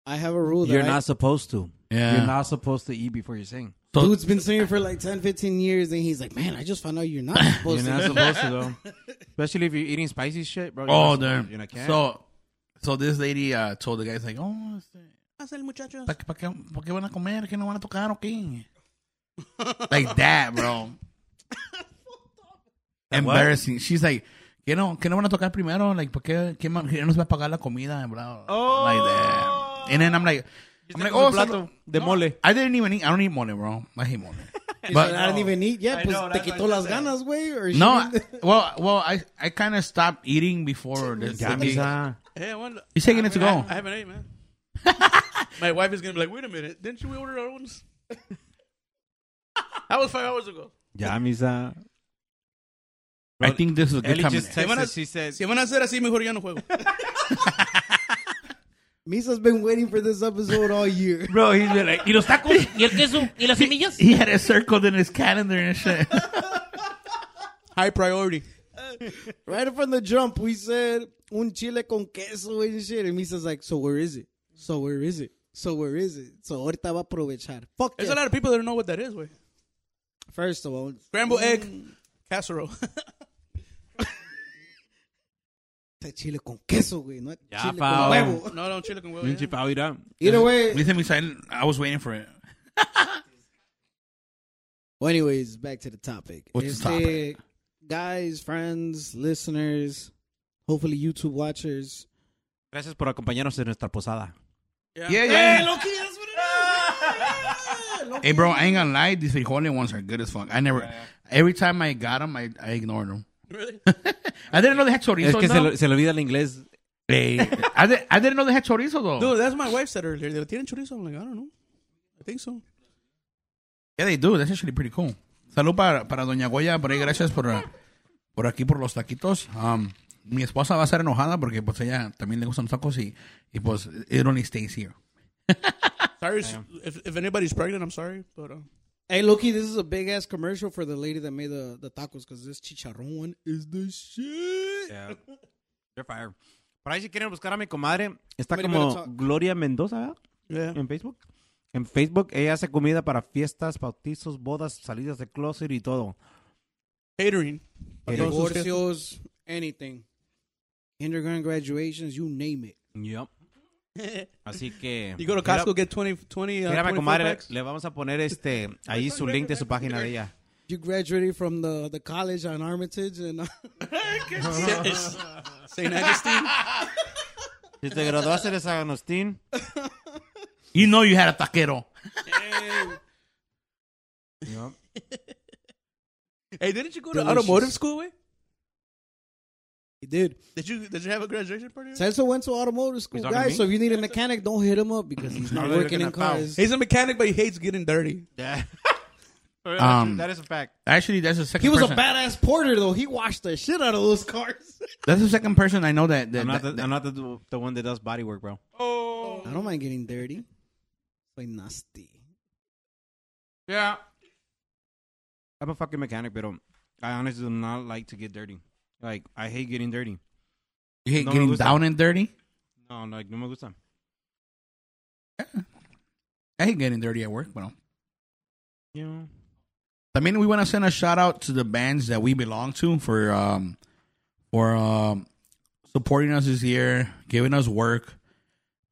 Speaker 2: I have a rule that
Speaker 1: you're
Speaker 2: I-
Speaker 1: not supposed to.
Speaker 4: Yeah.
Speaker 1: You're not supposed to eat before you sing.
Speaker 2: Dude's been singing for like 10, 15 years, and he's like, man, I just found out you're not supposed
Speaker 1: You're not
Speaker 2: to.
Speaker 1: supposed to though. Especially if you're eating spicy shit, bro. You're
Speaker 4: Oh,
Speaker 1: not supposed-
Speaker 4: damn.
Speaker 1: You're not can't.
Speaker 4: So, so this lady uh, told the guys like, oh, este, ¿pa qué, pa qué, pa qué van a comer? ¿Qué no van a tocar o qué? like that, bro. Embarrassing. She's like, ¿qué no, ¿qué no van a tocar primero? Like, ¿por qué, qué, ma- qué nos va a pagar la comida? Bro.
Speaker 1: Oh.
Speaker 4: Like that. And then I'm like, I'm like, oh, so-
Speaker 1: de mole.
Speaker 4: I didn't even eat, I don't eat mole, bro. I hate mole.
Speaker 2: He's
Speaker 4: But-
Speaker 2: like, I didn't even eat yet.
Speaker 1: I
Speaker 2: Pues
Speaker 1: know,
Speaker 2: te
Speaker 1: that's
Speaker 2: quitó
Speaker 1: what I
Speaker 2: las
Speaker 1: said.
Speaker 2: ganas, güey. or she
Speaker 4: No, I-
Speaker 2: didn't-
Speaker 4: well, well, I, I kind of stopped eating before this.
Speaker 1: Ya,
Speaker 4: thing.
Speaker 1: misa.
Speaker 3: Hey, I wonder-
Speaker 4: He's taking
Speaker 3: I
Speaker 4: it to
Speaker 3: mean, I-
Speaker 4: go.
Speaker 3: I haven't ate, man. My wife is gonna be like, "Wait a minute, didn't you order our ones?" that was five hours ago.
Speaker 1: Ya, misa.
Speaker 4: I think this is a good
Speaker 1: Ellie just
Speaker 4: combination.
Speaker 3: They wanna-
Speaker 1: texted. She says,
Speaker 3: Si van a hacer así, mejor ya no juego.
Speaker 2: Misa's been waiting for this episode all year.
Speaker 5: Bro, he's been like, ¿y los tacos? ¿Y el queso? ¿Y las semillas?
Speaker 4: He had it circled in his calendar and shit.
Speaker 3: High priority.
Speaker 2: right from the jump, we said un chile con queso and shit. And Misa's like, so where is it? So where is it? So where is it? So ahorita va a aprovechar. Fuck
Speaker 3: There's
Speaker 2: yeah.
Speaker 3: a lot of people that don't know what that is, way.
Speaker 2: First of all,
Speaker 3: Scrambled egg casserole.
Speaker 2: este chile con queso, güey. No
Speaker 1: Ya,
Speaker 2: chile
Speaker 1: Pao.
Speaker 2: con huevo.
Speaker 3: no, no, chile con huevo.
Speaker 1: "Pinche
Speaker 3: yeah.
Speaker 1: paura."
Speaker 2: Either way.
Speaker 4: Listen, Misael, I was waiting for it.
Speaker 2: Well, anyways, back to the topic.
Speaker 4: What's the topic?
Speaker 2: Guys, friends, listeners, hopefully YouTube watchers.
Speaker 1: Gracias por acompañarnos en nuestra posada.
Speaker 4: Yeah, yeah. Hey, bro, I ain't gonna lie. These frijoles ones are good as fuck. I never. Every time I got them, I, I ignored them.
Speaker 3: Really?
Speaker 4: I didn't know they had chorizo.
Speaker 1: Es que se,
Speaker 4: though.
Speaker 1: lo- se le olvida el inglés.
Speaker 4: Hey, I, did, I didn't know they had chorizo though.
Speaker 3: Dude, that's what my wife said earlier. They tienen chorizo. I'm like, I don't know. I think so.
Speaker 4: Yeah, they do. That's actually pretty cool. Salud para, para Doña Goya. Por ahí, gracias por, uh, por aquí, por los taquitos. Um, mi esposa va a estar enojada porque pues ella también le gustan los tacos y, y pues it only stays here.
Speaker 3: Sorry s- if, if anybody's pregnant. I'm sorry, but uh,
Speaker 2: Hey, Loki, this is a big ass commercial for the lady that made the, the tacos because this chicharrón one is the shit.
Speaker 1: Yeah. You're fired. Por ahí si quieren buscar a mi comadre, está
Speaker 2: Somebody better
Speaker 1: como
Speaker 2: talk.
Speaker 1: Gloria Mendoza ¿verdad?
Speaker 3: yeah.
Speaker 1: en Facebook. En Facebook ella hace comida para fiestas, bautizos, bodas, salidas de closet y todo.
Speaker 3: Catering.
Speaker 1: Catering.
Speaker 3: Todos sus fiestas.
Speaker 2: Divorcios, anything. Kindergarten graduations, you name it.
Speaker 1: Yup. Así que
Speaker 3: You go to Costco, get 20, 20 uh,
Speaker 1: Mira, mi
Speaker 3: 24
Speaker 1: comadre,
Speaker 3: packs.
Speaker 1: le vamos a poner este ahí su link de su página de ella.
Speaker 2: You graduated from the, the college on Armitage and uh,
Speaker 3: St. Augustine.
Speaker 1: Si te graduaste de San Agustín,
Speaker 4: You know you had a taquero.
Speaker 3: Hey, didn't you go to
Speaker 2: Delicious.
Speaker 3: automotive school, way?
Speaker 2: did.
Speaker 3: Did you did you have a graduation party?
Speaker 2: Celso went to automotive school,
Speaker 1: talking to
Speaker 2: guys.
Speaker 1: me?
Speaker 2: So if you need a mechanic, don't hit him up because he's not
Speaker 4: They're
Speaker 2: working
Speaker 4: looking
Speaker 2: in
Speaker 4: at Pau.
Speaker 2: cars.
Speaker 3: He's a mechanic, but he hates getting dirty.
Speaker 4: Um,
Speaker 1: that is a fact.
Speaker 4: Actually, that's the second.
Speaker 2: He was a
Speaker 4: person,
Speaker 2: badass porter though. He washed the shit out of those cars.
Speaker 4: That's the second person I know that. that,
Speaker 1: I'm not,
Speaker 4: that-
Speaker 1: the, I'm not the, the one that does body work, bro.
Speaker 2: I don't mind getting dirty. Soy nasty.
Speaker 4: yeah.
Speaker 1: I'm a fucking mechanic, but um, I honestly do not like to get dirty. Like, I hate getting dirty.
Speaker 4: You hate
Speaker 1: No me
Speaker 4: getting
Speaker 1: gusta.
Speaker 4: down and dirty.
Speaker 1: No, like, no me gusta.
Speaker 4: I hate getting dirty at work. Well,
Speaker 1: You know?
Speaker 4: también we want to send a shout out to the bands that we belong to for um for um supporting us this year, giving us work.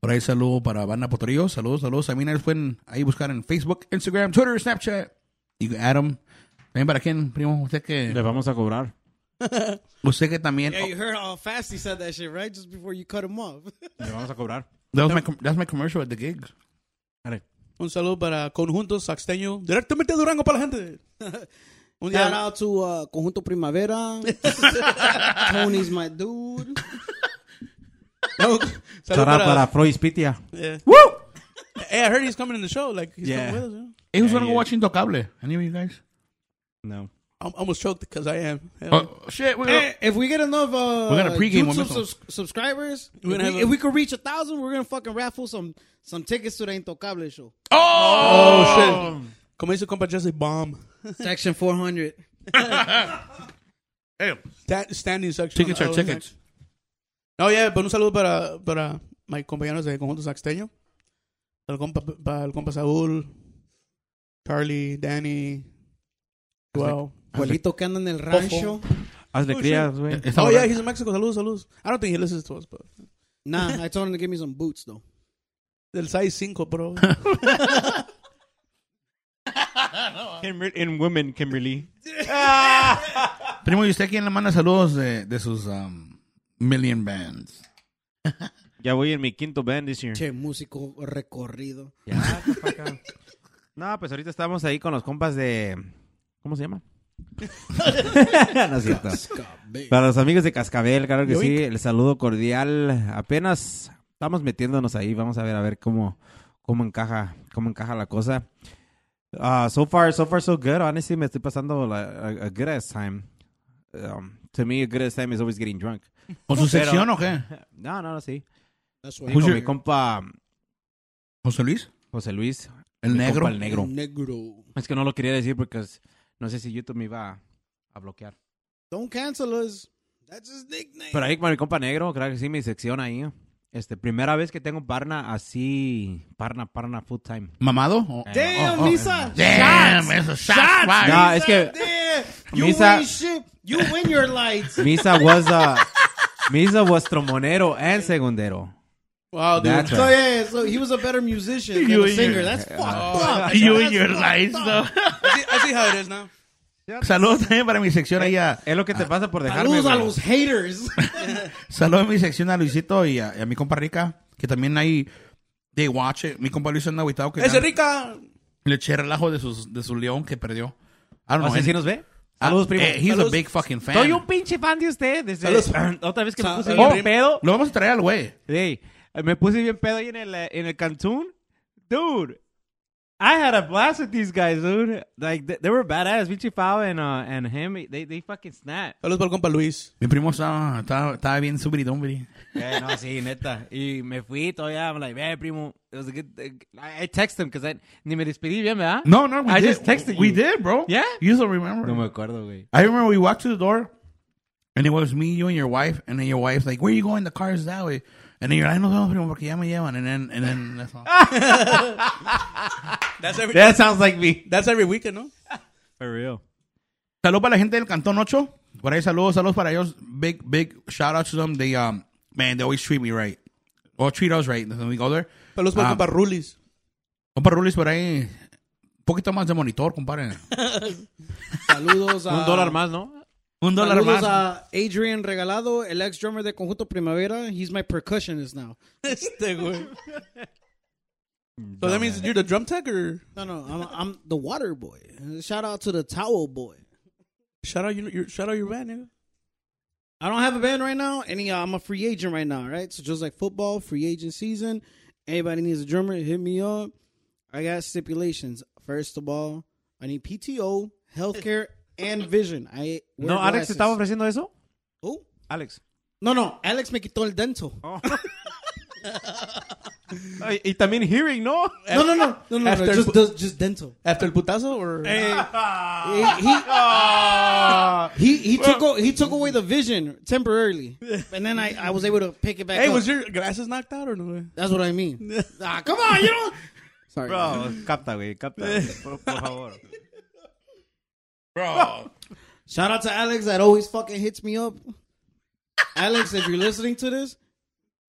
Speaker 4: Por ahí saludo para Banda Potrillo. Saludos, saludos. También nos pueden ahí buscar en Facebook, Instagram, Twitter, Snapchat. You can add them. También para quién, primo, usted
Speaker 1: Le
Speaker 4: que
Speaker 1: vamos a cobrar.
Speaker 4: usted que también.
Speaker 2: Yeah, you heard how fast he said that shit, right? Just before you cut him off.
Speaker 1: Le vamos a cobrar.
Speaker 4: Oh, That was my com- that's my commercial at the gig.
Speaker 1: Dale.
Speaker 3: Un saludo para Conjunto Saxteño. Directamente de Durango para la gente. Un
Speaker 2: Shout
Speaker 3: día,
Speaker 2: out to uh, Conjunto Primavera. Tony's my dude.
Speaker 3: no, saludo
Speaker 1: Shout out para
Speaker 3: para...
Speaker 1: Freud Spitia.
Speaker 3: Yeah.
Speaker 4: Woo!
Speaker 3: Hey, I heard he's coming in the show. Like, he's
Speaker 1: Yeah.
Speaker 3: coming with us. Yeah.
Speaker 4: Hey, who's
Speaker 1: Yeah,
Speaker 4: gonna go
Speaker 1: yeah.
Speaker 4: watch Intocable? Any of you guys?
Speaker 1: No.
Speaker 3: I'm almost choked because I am. Yeah.
Speaker 4: Oh shit! We're
Speaker 2: Eh, if we get enough, uh,
Speaker 4: We're gonna
Speaker 2: YouTube
Speaker 4: pregame one missile.
Speaker 2: subs- subscribers. If
Speaker 3: We're
Speaker 2: we,
Speaker 3: gonna have a-
Speaker 2: if we could reach a thousand, we're gonna fucking raffle some some tickets to the Intocable show.
Speaker 3: Oh, shit. Como dice compa Jesse, bomb.
Speaker 2: Section four hundred.
Speaker 4: Damn.
Speaker 3: Ta- standing section.
Speaker 4: Tickets are
Speaker 3: Oh,
Speaker 4: tickets.
Speaker 3: No, yeah, pero un saludo para, para mis compañeros de Conjunto Saxteño. Para el compa, para el compa Saúl, Charlie, Danny, Joel.
Speaker 2: Abuelito que anda en el rancho.
Speaker 1: Hazle
Speaker 3: Oh,
Speaker 1: crías, güey.
Speaker 4: Está
Speaker 3: Oh,
Speaker 4: ahora-
Speaker 3: yeah, he's in Mexico. Saludos, saludos. I don't think he listens to us, but...
Speaker 2: Nah, I told him to give me some boots though.
Speaker 3: Del size 5, bro.
Speaker 1: In women, Kimberly.
Speaker 4: Primo, ¿y usted quién le manda saludos de, de sus um, million bands?
Speaker 1: Ya voy en mi quinto band this year.
Speaker 2: Che, músico recorrido.
Speaker 1: Ya, the fuck out. No, pues ahorita estamos ahí con los compas de. ¿Cómo se llama? no es cierto. Para los amigos de Cascabel, claro que sí, el saludo cordial. Apenas estamos metiéndonos ahí, vamos a ver a ver cómo, cómo encaja, cómo encaja la cosa. Ah, so far, so far, so good. Honestly, me estoy pasando la, a, a good ass time. Um, to me, a good ass time is always getting drunk.
Speaker 4: ¿Con su
Speaker 1: Pero-
Speaker 4: sección o qué?
Speaker 1: No, no, no, sí.
Speaker 2: That's
Speaker 1: Sí,
Speaker 2: why.
Speaker 1: con
Speaker 4: Pues your-
Speaker 1: mi compa
Speaker 4: ¿José Luis?
Speaker 1: José Luis.
Speaker 4: ¿El
Speaker 1: mi
Speaker 4: negro?
Speaker 1: compa el negro.
Speaker 2: Negro.
Speaker 1: Es que no lo quería decir porque es- no sé si YouTube me iba a, a bloquear.
Speaker 2: Don't cancel us. That's his nickname.
Speaker 1: Pero ahí con mi compa negro, claro que sí, mi sección ahí. Este, primera vez que tengo parna así, parna, parna full time.
Speaker 4: ¿Mamado? O-
Speaker 2: Damn,
Speaker 4: oh, oh.
Speaker 2: Lisa.
Speaker 4: Damn, eso es shots fired.
Speaker 1: No, ah, es que
Speaker 2: Damn. You
Speaker 1: Misa-
Speaker 2: win shit. You win your lights.
Speaker 1: Misa was a, Misa was trombonero and segundero.
Speaker 3: Wow, dude.
Speaker 1: That's
Speaker 2: So
Speaker 1: right.
Speaker 2: yeah, so he was a better musician than a
Speaker 4: You and your- Uh,
Speaker 2: singer. That's fucked up.
Speaker 4: You
Speaker 2: That's
Speaker 4: and your
Speaker 2: fucked
Speaker 4: lies,
Speaker 2: up.
Speaker 4: though.
Speaker 3: I, see, I see how it is now.
Speaker 4: Saludos también para mi sección ahí a...
Speaker 1: Es lo que te pasa por dejarme.
Speaker 2: Saludos a
Speaker 1: güey.
Speaker 2: los haters.
Speaker 4: Saludos a mi sección a Luisito y a, y a mi compa Rica, que también ahí... They watch it. Mi compa Luis anda aguitado que
Speaker 3: Ese
Speaker 4: gan-
Speaker 3: rica.
Speaker 4: le eché relajo de, sus, de su león que perdió. I don't
Speaker 1: No
Speaker 4: know.
Speaker 1: sé si
Speaker 4: and-
Speaker 1: nos ve.
Speaker 4: Ah,
Speaker 1: Saludos, primo.
Speaker 4: eh, he's a
Speaker 3: Saludos.
Speaker 4: big fucking fan.
Speaker 1: Soy un pinche fan de usted desde
Speaker 3: Saludos.
Speaker 1: otra vez que me
Speaker 3: Sa-
Speaker 4: eh,
Speaker 1: puse
Speaker 3: Oh.
Speaker 1: bien pedo.
Speaker 4: Lo vamos a traer al güey.
Speaker 1: Hey, me puse bien pedo ahí en el, eh, en el Cancún. Dude, I had a blast with these guys, dude. Like, they, they were badass. Vinci Fao and, uh, and him, they, they fucking snapped.
Speaker 3: Saludos para el compa Luis.
Speaker 4: Mi primo estaba, estaba, estaba bien subiridón,
Speaker 1: Eh, no, sí, neta. Y me fui todavía. I'm like, hey, primo. It was a good... eh, I, I texted him because I... Ni me despedí bien, ¿verdad?
Speaker 4: No, no, we
Speaker 1: I
Speaker 4: did.
Speaker 1: just texted
Speaker 4: We
Speaker 1: you.
Speaker 4: did, bro.
Speaker 1: Yeah?
Speaker 4: You still remember.
Speaker 1: No me acuerdo, güey.
Speaker 4: I remember we walked to the door, and it was me, you, and your wife, and then your wife's like, "Where are you going? The car's that way." And then you're like, "No, no, primo, porque ya me llevan." And then, and then that's all.
Speaker 3: That's every,
Speaker 1: That sounds like me.
Speaker 3: that's every weekend, ¿no?
Speaker 1: For real.
Speaker 4: Salud para la gente del Cantón 8. Por ahí saludos, saludos para ellos. Big, big shout out to them. They, um, man, they always treat me right. Or treat us right when we go there.
Speaker 3: Saludos
Speaker 4: Ah.
Speaker 3: para el compa Rulis.
Speaker 4: Compa Rulis por ahí, un poquito más de monitor, compadre.
Speaker 2: Saludos a
Speaker 1: Un dólar más, ¿no?
Speaker 4: Un dólar
Speaker 2: Saludos
Speaker 4: más.
Speaker 2: a Adrian Regalado, el ex drummer de Conjunto Primavera. He's my percussionist now.
Speaker 3: Este, güey. So that means you're the drum tech or...
Speaker 2: No, no, I'm, I'm the water boy. Shout out to the towel boy.
Speaker 3: Shout out your, your, shout out your band, nigga.
Speaker 2: I don't have a band right now, and yeah, I'm a free agent right now, right? So just like football, free agent season. Anybody needs a drummer, hit me up. I got stipulations. First of all, I need PTO, healthcare, and vision. I wear
Speaker 1: ¿No, Alex te
Speaker 2: glasses.
Speaker 1: estaba ofreciendo eso?
Speaker 2: Who?
Speaker 1: Alex.
Speaker 2: No, no. Alex me quitó el dental.
Speaker 3: Oh.
Speaker 1: Ay, y también hearing, ¿no?
Speaker 2: No, no, no, no, no. no
Speaker 3: After-
Speaker 2: just, just, just dental.
Speaker 3: After el putazo or
Speaker 2: He
Speaker 3: Ah.
Speaker 2: he, he, he took o- he took away the vision temporarily, and then I, I was able to pick it back
Speaker 3: Hey,
Speaker 2: up.
Speaker 3: was your glasses knocked out or no? eh?
Speaker 2: That's what I mean. ah, come on, you don't. Sorry,
Speaker 1: Bro, capta, güey, capta. Por, por favor.
Speaker 2: Shout out to Alex that always fucking hits me up. Alex, if you're listening to this,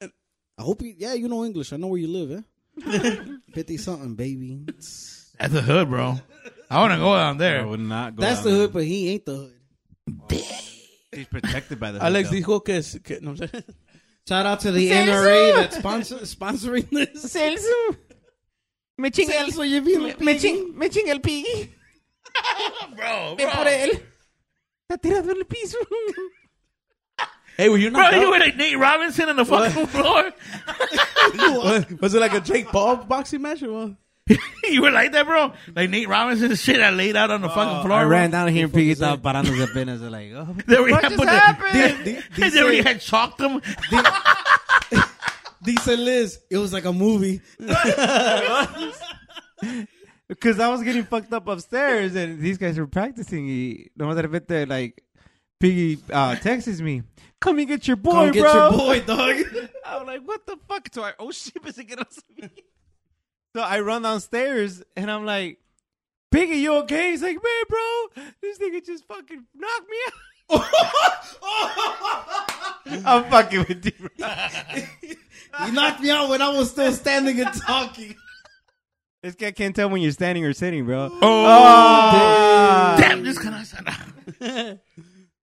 Speaker 2: I hope you. Yeah, you know English. I know where you live, eh? Fifty something, baby.
Speaker 4: That's the hood, bro. I want to go down there.
Speaker 2: That's the hood, but he ain't the hood.
Speaker 1: He's protected by the
Speaker 3: Alex
Speaker 1: hood.
Speaker 3: dijo que, es- que no sé.
Speaker 2: Shout out to the NRA that's sponsor, sponsoring this.
Speaker 1: Celso. Me chingue
Speaker 2: Celso, you be my piggy.
Speaker 1: me chingue el piggy. bro, Ven por él. Está tirado en el piso.
Speaker 3: Hey, were you knocked out?
Speaker 4: were like Nate Robinson on the fucking floor.
Speaker 3: Was- Was it like a Jake Paul boxing match or what?
Speaker 4: you were like that, bro. Like Nate Robinson shit I laid out on the fucking floor.
Speaker 1: I
Speaker 4: bro.
Speaker 1: ran down here and Piggy estaba parándose apenas. Like, oh.
Speaker 4: They already
Speaker 1: What
Speaker 4: had
Speaker 1: just
Speaker 4: put the-
Speaker 1: happened?
Speaker 4: they- They already had chalked him.
Speaker 2: Dice Liz, it was like a movie.
Speaker 1: Because I was getting fucked up upstairs and these guys were practicing. Y nomás de repente, like, Piggy uh, texts me, Come and get your boy,
Speaker 2: Come get
Speaker 1: bro.
Speaker 2: your boy, dog.
Speaker 1: I'm like, what the fuck? So I, oh shit, pensé que era sabía. So I run downstairs and I'm like, Piggy, you okay? He's like, man, bro, this nigga just fucking knocked me out. I'm fucking with you, bro.
Speaker 2: He knocked me out when I was still standing and talking.
Speaker 1: This guy can't tell when you're standing or sitting, bro.
Speaker 4: Oh, damn! This kind of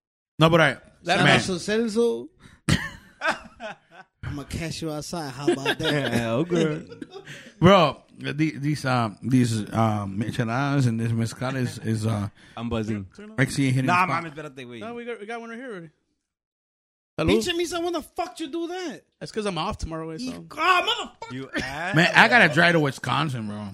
Speaker 4: no, but I
Speaker 3: That
Speaker 4: man,
Speaker 2: So Celso, I'm gonna catch you outside. How about that?
Speaker 1: Yeah, okay.
Speaker 4: bro. the- These um these um micheladas and this mezcal is is uh
Speaker 1: I'm buzzing.
Speaker 4: actually hitting.
Speaker 1: Nah,
Speaker 4: spot.
Speaker 1: mames, espérate,
Speaker 3: No,
Speaker 1: güey.
Speaker 3: we got, we got one right here. already. Hello?
Speaker 2: Pinching me, someone the fuck you do that?
Speaker 3: That's because I'm off tomorrow. eh, So.
Speaker 2: Ah, motherfucker.
Speaker 1: You ass.
Speaker 4: Man, I gotta drive to Wisconsin, bro.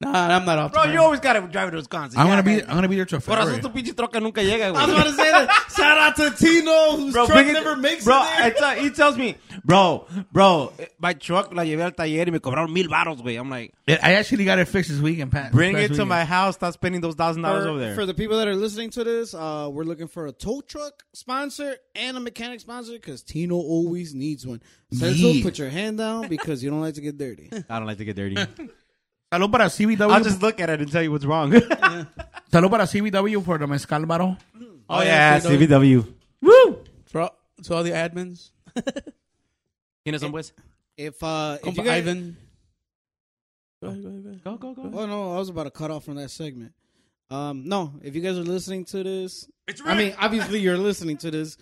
Speaker 3: Nah, I'm not off
Speaker 1: Bro, you
Speaker 3: tomorrow.
Speaker 1: always gotta drive to Wisconsin.
Speaker 4: I'm
Speaker 1: Yeah,
Speaker 4: gonna be
Speaker 1: guys.
Speaker 4: I'm gonna be there till
Speaker 1: Por eso
Speaker 4: February.
Speaker 1: tu pinche troca nunca llega,
Speaker 2: I was about
Speaker 1: güey.
Speaker 2: to say that. Shout out to Tino, whose truck
Speaker 1: Biggie-
Speaker 2: never makes
Speaker 1: bro,
Speaker 2: it there.
Speaker 1: I tell- he tells me, bro, bro, eh, my truck la llevé al taller y me cobraron mil baros, güey. I'm like,
Speaker 4: Yeah, I actually got it fixed this weekend. Pat,
Speaker 1: bring
Speaker 4: this
Speaker 1: it to
Speaker 4: weekend.
Speaker 1: my house. Stop spending those thousand dollars over
Speaker 2: For,
Speaker 1: there.
Speaker 2: for the people that are listening to this, uh, we're looking for a tow truck sponsor and a mechanic sponsor because Tino always needs one. Celso,
Speaker 4: Yeah.
Speaker 2: put your hand down because you don't like to get dirty.
Speaker 1: I don't like to get dirty.
Speaker 4: Salud para CBW.
Speaker 1: I'll just look at it and tell you what's wrong. oh,
Speaker 4: Salud para CBW for the mezcal bottle.
Speaker 1: Oh, yeah,
Speaker 3: CBW.
Speaker 1: CBW. Woo!
Speaker 3: For all- to all the admins.
Speaker 1: ¿Quiénes son, pues?
Speaker 2: If uh, if
Speaker 3: Compa
Speaker 2: you guys,
Speaker 3: Ivan. Go ahead, go ahead, go ahead.
Speaker 1: Go, go, go.
Speaker 2: Oh no, I was about to cut off from that segment. Um, no, if you guys are listening to this, I mean, obviously you're listening to this.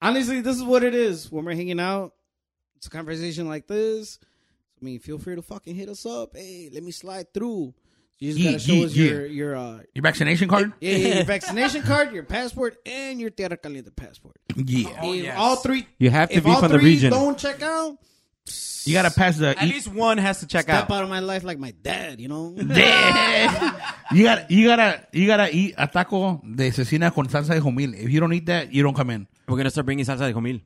Speaker 2: Honestly, this is what it is. When we're hanging out, it's a conversation like this. I mean, feel free to fucking hit us up. Hey, let me slide through. You just
Speaker 4: Yeah,
Speaker 2: gotta show
Speaker 4: yeah,
Speaker 2: us
Speaker 4: yeah.
Speaker 2: your your uh,
Speaker 4: Your vaccination card?
Speaker 2: yeah, yeah, your vaccination card, your passport, and your Tierra Caliente passport.
Speaker 4: Yeah.
Speaker 2: if all three,
Speaker 1: You have to
Speaker 2: if
Speaker 1: be
Speaker 2: all
Speaker 1: from the
Speaker 2: three
Speaker 1: region.
Speaker 2: don't check out,
Speaker 4: You gotta pass the. E-
Speaker 1: At least one has to check
Speaker 2: step
Speaker 1: out.
Speaker 2: out of my life like my dad. You know,
Speaker 4: Yeah. you gotta, you gotta, you gotta eat a taco de cecina con salsa de jomil. If you don't eat that, you don't come in.
Speaker 1: We're gonna start bringing salsa de comil.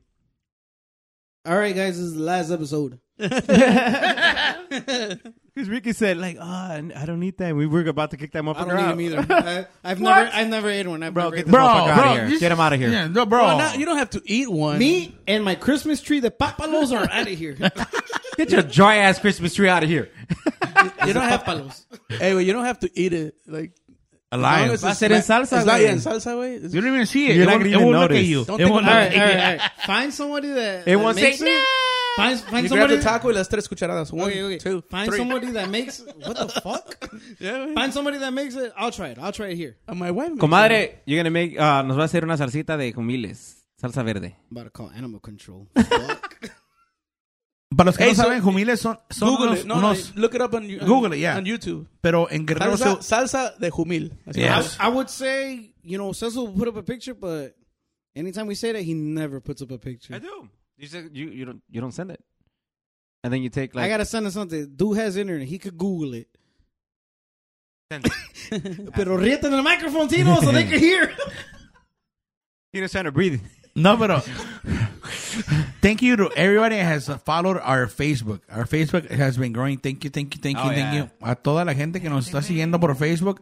Speaker 2: All right, guys, this is the last episode.
Speaker 1: Because Ricky said, like, ah, n- I don't need that. We were about to kick that motherfucker
Speaker 2: I don't need
Speaker 1: out.
Speaker 2: them either. I, I've never, I've never ate one. I've
Speaker 1: Bro,
Speaker 2: never
Speaker 1: get
Speaker 2: ate
Speaker 1: this motherfucker out of here.
Speaker 4: this-
Speaker 1: get him out of here.
Speaker 4: Yeah, no, bro.
Speaker 3: Well, not, you don't have to eat one.
Speaker 2: one. me and my Christmas tree. The papalos are out of here.
Speaker 1: Get your dry ass Christmas tree out of here.
Speaker 3: You don't have Hey, well, you don't have to eat it. Like,
Speaker 4: Alive.
Speaker 3: as long
Speaker 1: Va a
Speaker 3: as
Speaker 1: ser
Speaker 3: it's
Speaker 1: en
Speaker 3: not-
Speaker 1: salsa,
Speaker 3: It's not
Speaker 1: güey.
Speaker 3: yeah, in salsa, way.
Speaker 4: you don't even see it.
Speaker 1: You're
Speaker 4: It
Speaker 1: not
Speaker 4: won't-
Speaker 1: gonna
Speaker 4: it
Speaker 1: even
Speaker 4: won't look at
Speaker 1: notice.
Speaker 4: you.
Speaker 3: Don't
Speaker 4: It
Speaker 3: think
Speaker 4: won't
Speaker 3: about
Speaker 2: all
Speaker 4: look
Speaker 2: right, all
Speaker 4: at you.
Speaker 2: right, all right. Find somebody that,
Speaker 1: It
Speaker 2: that
Speaker 1: won't say,
Speaker 2: makes
Speaker 1: no.
Speaker 2: it. Find, find
Speaker 3: You grab
Speaker 2: somebody.
Speaker 3: the taco y las tres cucharadas. One,
Speaker 2: okay, okay.
Speaker 3: two,
Speaker 2: find
Speaker 3: three.
Speaker 2: somebody that makes. What the fuck?
Speaker 3: Yeah, güey.
Speaker 2: Find somebody that makes it. I'll try it. I'll try it here.
Speaker 3: Uh, my wife.
Speaker 1: Comadre, you're gonna make, ah, nos va a hacer una salsita de comiles. Salsa verde.
Speaker 2: I'm about to call animal control. Fuck.
Speaker 4: Para los que
Speaker 3: Hey,
Speaker 4: no
Speaker 3: so-
Speaker 4: saben, jomiles son, son
Speaker 3: Google
Speaker 4: unos,
Speaker 3: it. No,
Speaker 4: unos-
Speaker 3: no, look it up on, you- on-
Speaker 4: Google it, yeah.
Speaker 3: on YouTube.
Speaker 4: pero en Guerrero
Speaker 3: Salsa,
Speaker 4: se-
Speaker 3: salsa de jumil. Así
Speaker 2: I,
Speaker 4: Yeah.
Speaker 2: I would say you know Cecil will put up a picture, but Anytime we say that, he never puts up a picture.
Speaker 1: I do. You said you, you don't you don't send it, and then you take
Speaker 2: I
Speaker 1: like
Speaker 2: gotta send him something. Dude has internet. He could Google it.
Speaker 1: Send
Speaker 2: Pero ríete en el microphone, Tino, so they can hear.
Speaker 1: you know, trying to breathe.
Speaker 4: No, but uh, thank you to everybody that has followed our Facebook. Our Facebook has been growing. Thank you, thank you, thank you,
Speaker 1: Oh,
Speaker 4: thank
Speaker 1: yeah.
Speaker 4: you. A toda la gente que nos está siguiendo por Facebook.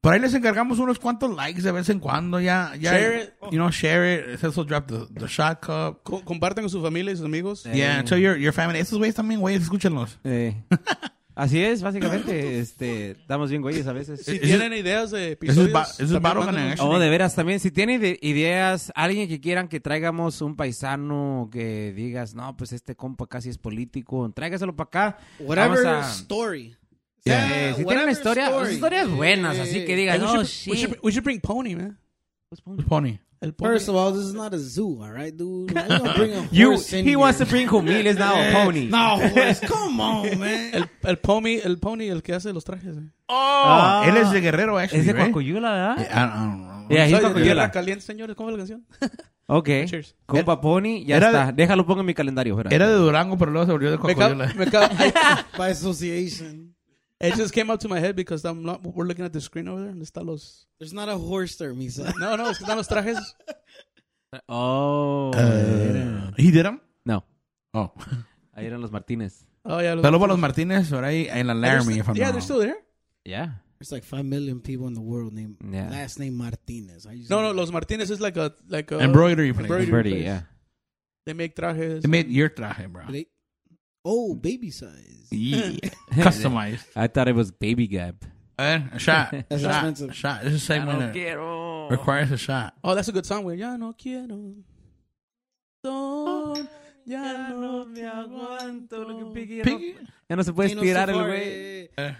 Speaker 4: Por ahí les encargamos unos cuantos likes de vez en cuando. Ya, ya
Speaker 3: Share it.
Speaker 4: You know, share it. Cecil drop the, the shot cup.
Speaker 3: Co- compartan con su familia y sus amigos.
Speaker 4: Yeah, so your, your family. Esos güeyes también, güeyes, escúchenlos.
Speaker 1: Eh, así es, básicamente, este, estamos bien güeyes a veces.
Speaker 3: Si
Speaker 4: Eso-
Speaker 3: tienen ideas de
Speaker 4: Eso
Speaker 3: episodios.
Speaker 4: es, ba- eso es
Speaker 3: también
Speaker 4: Battle
Speaker 3: mándenos.
Speaker 4: Connection.
Speaker 1: Oh, de veras también. Si tienen ide- ideas, alguien que quieran que traigamos un paisano que digas, no, pues este compa casi es político, tráigaselo para acá.
Speaker 2: Whatever
Speaker 1: Vamos a-
Speaker 2: story.
Speaker 1: Eh,
Speaker 2: Yeah,
Speaker 1: si tienen
Speaker 2: whatever
Speaker 1: una historia, pues,
Speaker 2: story.
Speaker 1: historias buenas,
Speaker 2: Yeah, yeah,
Speaker 1: así que
Speaker 2: yeah.
Speaker 1: digas,
Speaker 3: Hey, Eh, we
Speaker 1: oh,
Speaker 3: should- we, should,
Speaker 1: shit.
Speaker 3: we should bring Pony, man.
Speaker 4: Pony.
Speaker 3: El Pony.
Speaker 2: First of all, this is not a zoo, all right, dude. Why you gonna bring a
Speaker 1: You,
Speaker 2: horse in
Speaker 1: he
Speaker 2: here?
Speaker 1: wants to bring Jumiles now a pony.
Speaker 2: No, horse. Come on, man.
Speaker 3: el, el Pony, el Pony, el que hace los trajes. eh.
Speaker 4: Oh, él es de ¿eh? Guerrero, actually.
Speaker 1: Ah. Es de
Speaker 4: right?
Speaker 1: Cuacuyula, ¿verdad?
Speaker 4: Yeah, I don't know.
Speaker 1: Yeah, he's
Speaker 3: Soy de
Speaker 1: Cuacuyula.
Speaker 3: Tierra Caliente, señores. ¿Cómo es la canción?
Speaker 1: Ok.
Speaker 3: Cheers.
Speaker 1: Compa Pony, ya
Speaker 4: Era de-
Speaker 1: está. Déjalo, pongo en mi calendario. espera.
Speaker 4: Era de Durango, pero luego se volvió de
Speaker 3: Me ca-
Speaker 4: Coacoyola.
Speaker 3: me ca-
Speaker 2: By association.
Speaker 3: It just came up to my head because I'm not, we're looking at the screen over there. and Están los,
Speaker 2: There's not a horse there, Misa.
Speaker 3: no, no, están los trajes.
Speaker 1: Oh.
Speaker 4: Uh, he did him?
Speaker 1: No.
Speaker 4: Oh.
Speaker 1: Ahí eran los Martínez.
Speaker 3: Oh, yeah. Los,
Speaker 4: Saludos para los Martínez, por ahí en la
Speaker 3: They're
Speaker 4: Laramie,
Speaker 3: still-
Speaker 4: if I'm
Speaker 3: yeah,
Speaker 4: not
Speaker 3: they're
Speaker 4: wrong.
Speaker 3: still there.
Speaker 1: Ya.
Speaker 2: There's like five million people in the world named
Speaker 1: Yeah.
Speaker 2: last name Martinez. How you
Speaker 3: No,
Speaker 2: say
Speaker 3: no,
Speaker 2: that?
Speaker 3: los Martínez is like a, like a,
Speaker 4: Embroidery place.
Speaker 3: Embroidery.
Speaker 1: Birdie,
Speaker 3: place.
Speaker 1: ya.
Speaker 3: they make trajes.
Speaker 4: They made your traje, bro.
Speaker 2: They- oh, baby size.
Speaker 4: Yeah. Customized.
Speaker 1: I thought it was Baby Gap.
Speaker 4: A ver, a shot.
Speaker 2: That's
Speaker 4: shot,
Speaker 2: expensive.
Speaker 4: shot. This is the same one that
Speaker 1: quiero.
Speaker 4: requires a shot.
Speaker 3: Oh, that's a good song. güey. Ya no quiero. Don, ya no me aguanto.
Speaker 1: lo que Piggy
Speaker 4: Piggy.
Speaker 1: no- Ya no se puede
Speaker 2: Tino
Speaker 1: estirar el
Speaker 2: Safari.
Speaker 1: güey.
Speaker 4: Eh.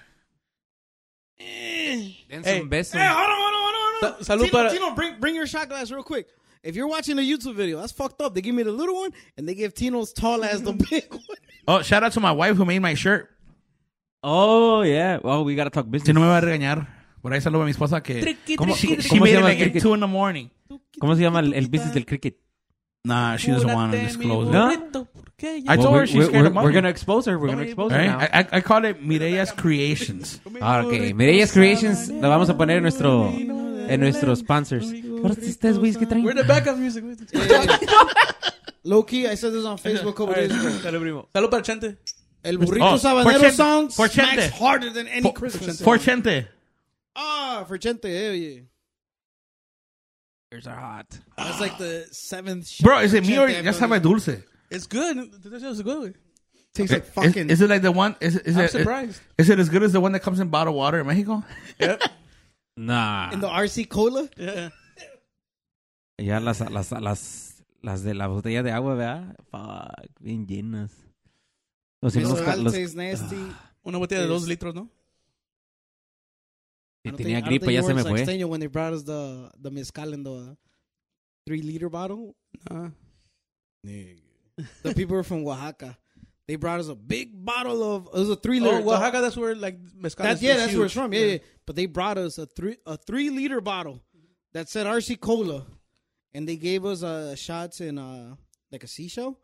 Speaker 1: Dense
Speaker 3: Ey.
Speaker 1: un beso.
Speaker 2: Hey, hold on, hold on, hold on, hold on.
Speaker 3: Sa- salud
Speaker 2: Tino,
Speaker 3: para-
Speaker 2: Tino, bring, bring your shot glass real quick. If you're watching a YouTube video, that's fucked up. They give me the little one, and they give Tino's tall ass the big one.
Speaker 4: Oh, shout out to my wife who made my shirt.
Speaker 1: Oh, yeah. Well, we gotta talk
Speaker 4: Si
Speaker 1: business.
Speaker 4: no me va a regañar. Por ahí saludo a mi esposa que... ¿Cómo, she, she
Speaker 1: ¿cómo
Speaker 4: made
Speaker 1: se
Speaker 4: it
Speaker 1: llama
Speaker 4: like
Speaker 1: el
Speaker 4: at
Speaker 1: cricket?
Speaker 4: 2 in the morning.
Speaker 1: ¿Cómo se llama el, el business del cricket?
Speaker 4: Nah, she doesn't want to disclose
Speaker 1: No?
Speaker 4: it. I told her she's
Speaker 1: we're,
Speaker 4: scared
Speaker 1: we're,
Speaker 4: of money.
Speaker 1: we're gonna expose her. We're gonna expose her
Speaker 4: Right?
Speaker 1: now.
Speaker 4: I, I, I call it Mireya's Creations.
Speaker 1: Ah, ok. Mireya's Creations la vamos a poner en nuestro en nuestros sponsors. Ahora sí, ustedes, güeyes, que traen?
Speaker 3: We're the backup music. güey.
Speaker 2: Low key, I said this on Facebook a couple days ago.
Speaker 3: Salud para Chente.
Speaker 2: El burrito
Speaker 4: Oh,
Speaker 2: sabanero
Speaker 4: Porchente.
Speaker 2: song smacks
Speaker 4: Porchente.
Speaker 2: harder than any Christmas. song.
Speaker 4: Forchente.
Speaker 2: Ah, Forchente, hell yeah.
Speaker 1: Here's our hot.
Speaker 2: That's like the seventh. shot
Speaker 4: Bro, is it me or
Speaker 2: Forchente I've
Speaker 4: ya
Speaker 2: done.
Speaker 4: sabe dulce?
Speaker 3: It's good. It's good. güey.
Speaker 2: Tastes like
Speaker 4: Eh, Is,
Speaker 2: fucking.
Speaker 4: is it like the one? Is, it- is
Speaker 3: I'm
Speaker 4: it,
Speaker 3: surprised.
Speaker 4: Is it as good as the one that comes in bottled water in Mexico?
Speaker 3: Yep.
Speaker 1: Nah.
Speaker 2: in the RC cola.
Speaker 3: Yeah.
Speaker 1: Ya las, las, las, las de la botella de agua, ¿verdad? Fuck, bien llenas. O si no, los, ca-
Speaker 2: Mezcal
Speaker 1: los-
Speaker 2: tastes
Speaker 4: Ah.
Speaker 2: nasty.
Speaker 3: Una botella de
Speaker 2: Yes.
Speaker 3: dos litros, ¿no?
Speaker 2: I
Speaker 1: que
Speaker 2: don't
Speaker 1: tenía
Speaker 2: think- I don't
Speaker 1: gripa,
Speaker 2: think
Speaker 1: ya
Speaker 2: you
Speaker 1: se
Speaker 2: were
Speaker 1: me
Speaker 2: in
Speaker 1: fue.
Speaker 2: Sexteño when they brought us the the mezcal in the three liter bottle.
Speaker 3: Ah.
Speaker 2: The people were from Oaxaca. They brought us a big bottle of it was a three liter.
Speaker 3: Oh, Oaxaca, that's where like mezcal.
Speaker 2: That's
Speaker 3: is
Speaker 2: yeah, that's where
Speaker 3: huge.
Speaker 2: it's from. Yeah, yeah. But they brought us a three a three liter bottle that said RC cola, and they gave us uh, shots in uh like a seashell.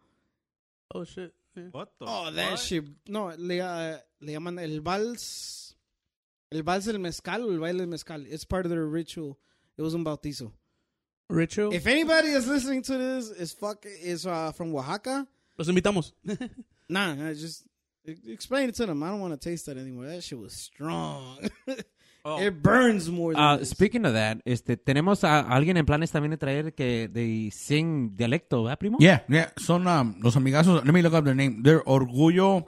Speaker 3: Oh shit. Yeah.
Speaker 2: Oh, that shit. No, le, uh, le llaman el vals. El vals del mezcal o el baile del mezcal. It's part of their ritual. It was un bautizo.
Speaker 3: Ritual.
Speaker 2: If anybody is listening to this, is fuck is uh, from Oaxaca.
Speaker 3: Los invitamos.
Speaker 2: Nah, I just e- explain it to them. I don't want to taste that anymore. That shit was strong. It burns more. Than
Speaker 1: Ah,
Speaker 2: this.
Speaker 1: speaking of that, este, tenemos a alguien en planes también de traer que de sing dialecto, ¿verdad, primo?
Speaker 4: Yeah, yeah. Son um, los amigazos. Let me look up their name. They're Orgullo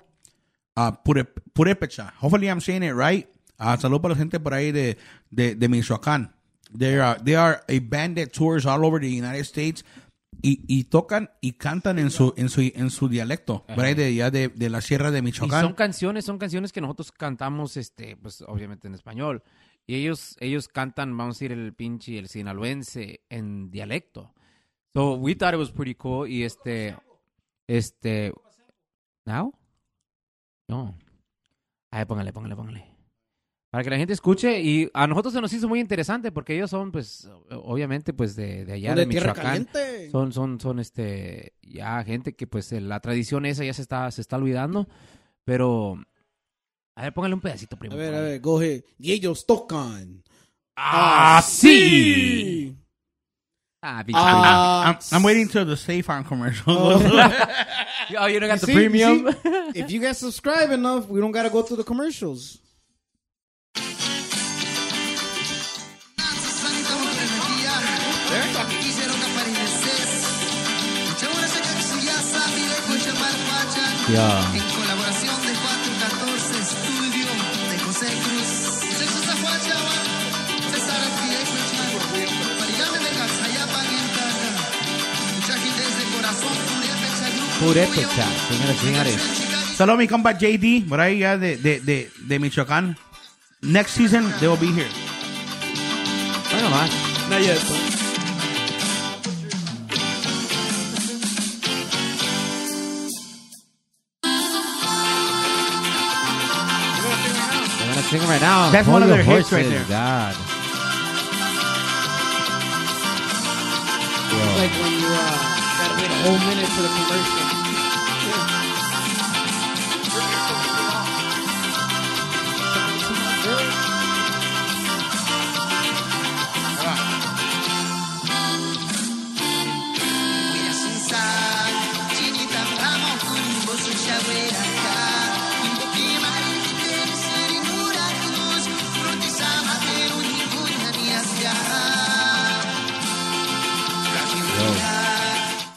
Speaker 4: uh, Pure, Purepecha. Hopefully I'm saying it right. Uh, salud para la gente por ahí de, de, de Michoacán. They are, they are a band that tours all over the United States y, y tocan y cantan en su, en su, en su dialecto. Por ahí de, allá de, de la sierra de
Speaker 1: Y son
Speaker 4: Michoacán.
Speaker 1: canciones, son canciones que nosotros cantamos, este, pues obviamente en español. Y ellos, ellos cantan, vamos a decir, el pinche, el sinaloense en dialecto. So we thought it was pretty cool. Y este, este, ¿now? No. Ahí póngale, póngale, póngale. Para que la gente escuche y a nosotros se nos hizo muy interesante porque ellos son, pues, obviamente, pues de, de allá, de
Speaker 2: de tierra
Speaker 1: Michoacán.
Speaker 2: caliente.
Speaker 1: Son, son, son, este, ya gente que, pues, eh, la tradición esa ya se está, se está olvidando, pero... A ver, póngale un pedacito, primo.
Speaker 2: A ver, a ver, go ahead. Y ellos tocan. Ah,
Speaker 4: Ah,
Speaker 1: ¡Así! Ah, pinche primo.
Speaker 4: I'm, I'm waiting till the safe on commercial.
Speaker 1: Oh, you don't got the
Speaker 2: See,
Speaker 1: premium.
Speaker 2: see, if you guys subscribe enough, we don't gotta go through the commercials.
Speaker 1: Yeah.
Speaker 6: En colaboración de 414 Estudio de José Cruz. Sexo Zahuachaba, César Arquidez, Mechman, Parigame de Cazayapan en Taca. Muchachos desde corazón, Purépecha Grupo.
Speaker 1: Purépecha, señores y señores.
Speaker 4: Saludos mi compa JD, por ahí ya de, de, de, de Michoacán. Next season, they will be here.
Speaker 1: Bueno, más.
Speaker 3: Not yet, but-
Speaker 1: I'm gonna sing right now.
Speaker 4: That's
Speaker 1: Hold
Speaker 4: one of
Speaker 1: your
Speaker 4: their hits right
Speaker 1: horses,
Speaker 4: there.
Speaker 1: God.
Speaker 2: Like when you uh, gotta wait a whole minute for the commercial.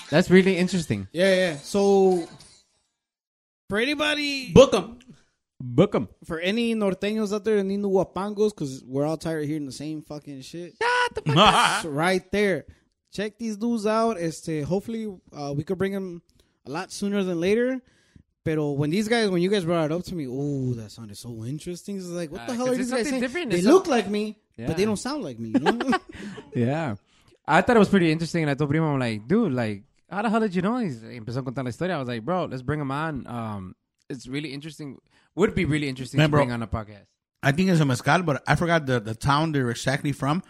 Speaker 1: That's really interesting.
Speaker 2: Yeah, yeah. So for anybody,
Speaker 3: Book 'em.
Speaker 1: Book them.
Speaker 2: for any norteños out there that need new guapangos, because we're all tired of hearing the same fucking shit. It's right there. Check these dudes out. Este, hopefully, uh, we could bring them a lot sooner than later. Pero when these guys, when you guys brought it up to me, oh, that sounded so interesting. It's like, what the
Speaker 1: Uh,
Speaker 2: hell
Speaker 1: 'cause it's
Speaker 2: are these guys
Speaker 1: something
Speaker 2: saying?
Speaker 1: different.
Speaker 2: They
Speaker 1: It's
Speaker 2: look like me,
Speaker 1: Yeah.
Speaker 2: but they don't sound like me. You know?
Speaker 1: Yeah. I thought it was pretty interesting, and I told Primo, I'm like, dude, like, how the hell did you know? He's he empezó a contar la historia. I was like, bro, let's bring him on. Um, it's really interesting. Would be really interesting
Speaker 4: Man,
Speaker 1: to
Speaker 4: bro.
Speaker 1: bring on a podcast.
Speaker 4: I think it's a mezcal, but I forgot the, the town they're exactly from.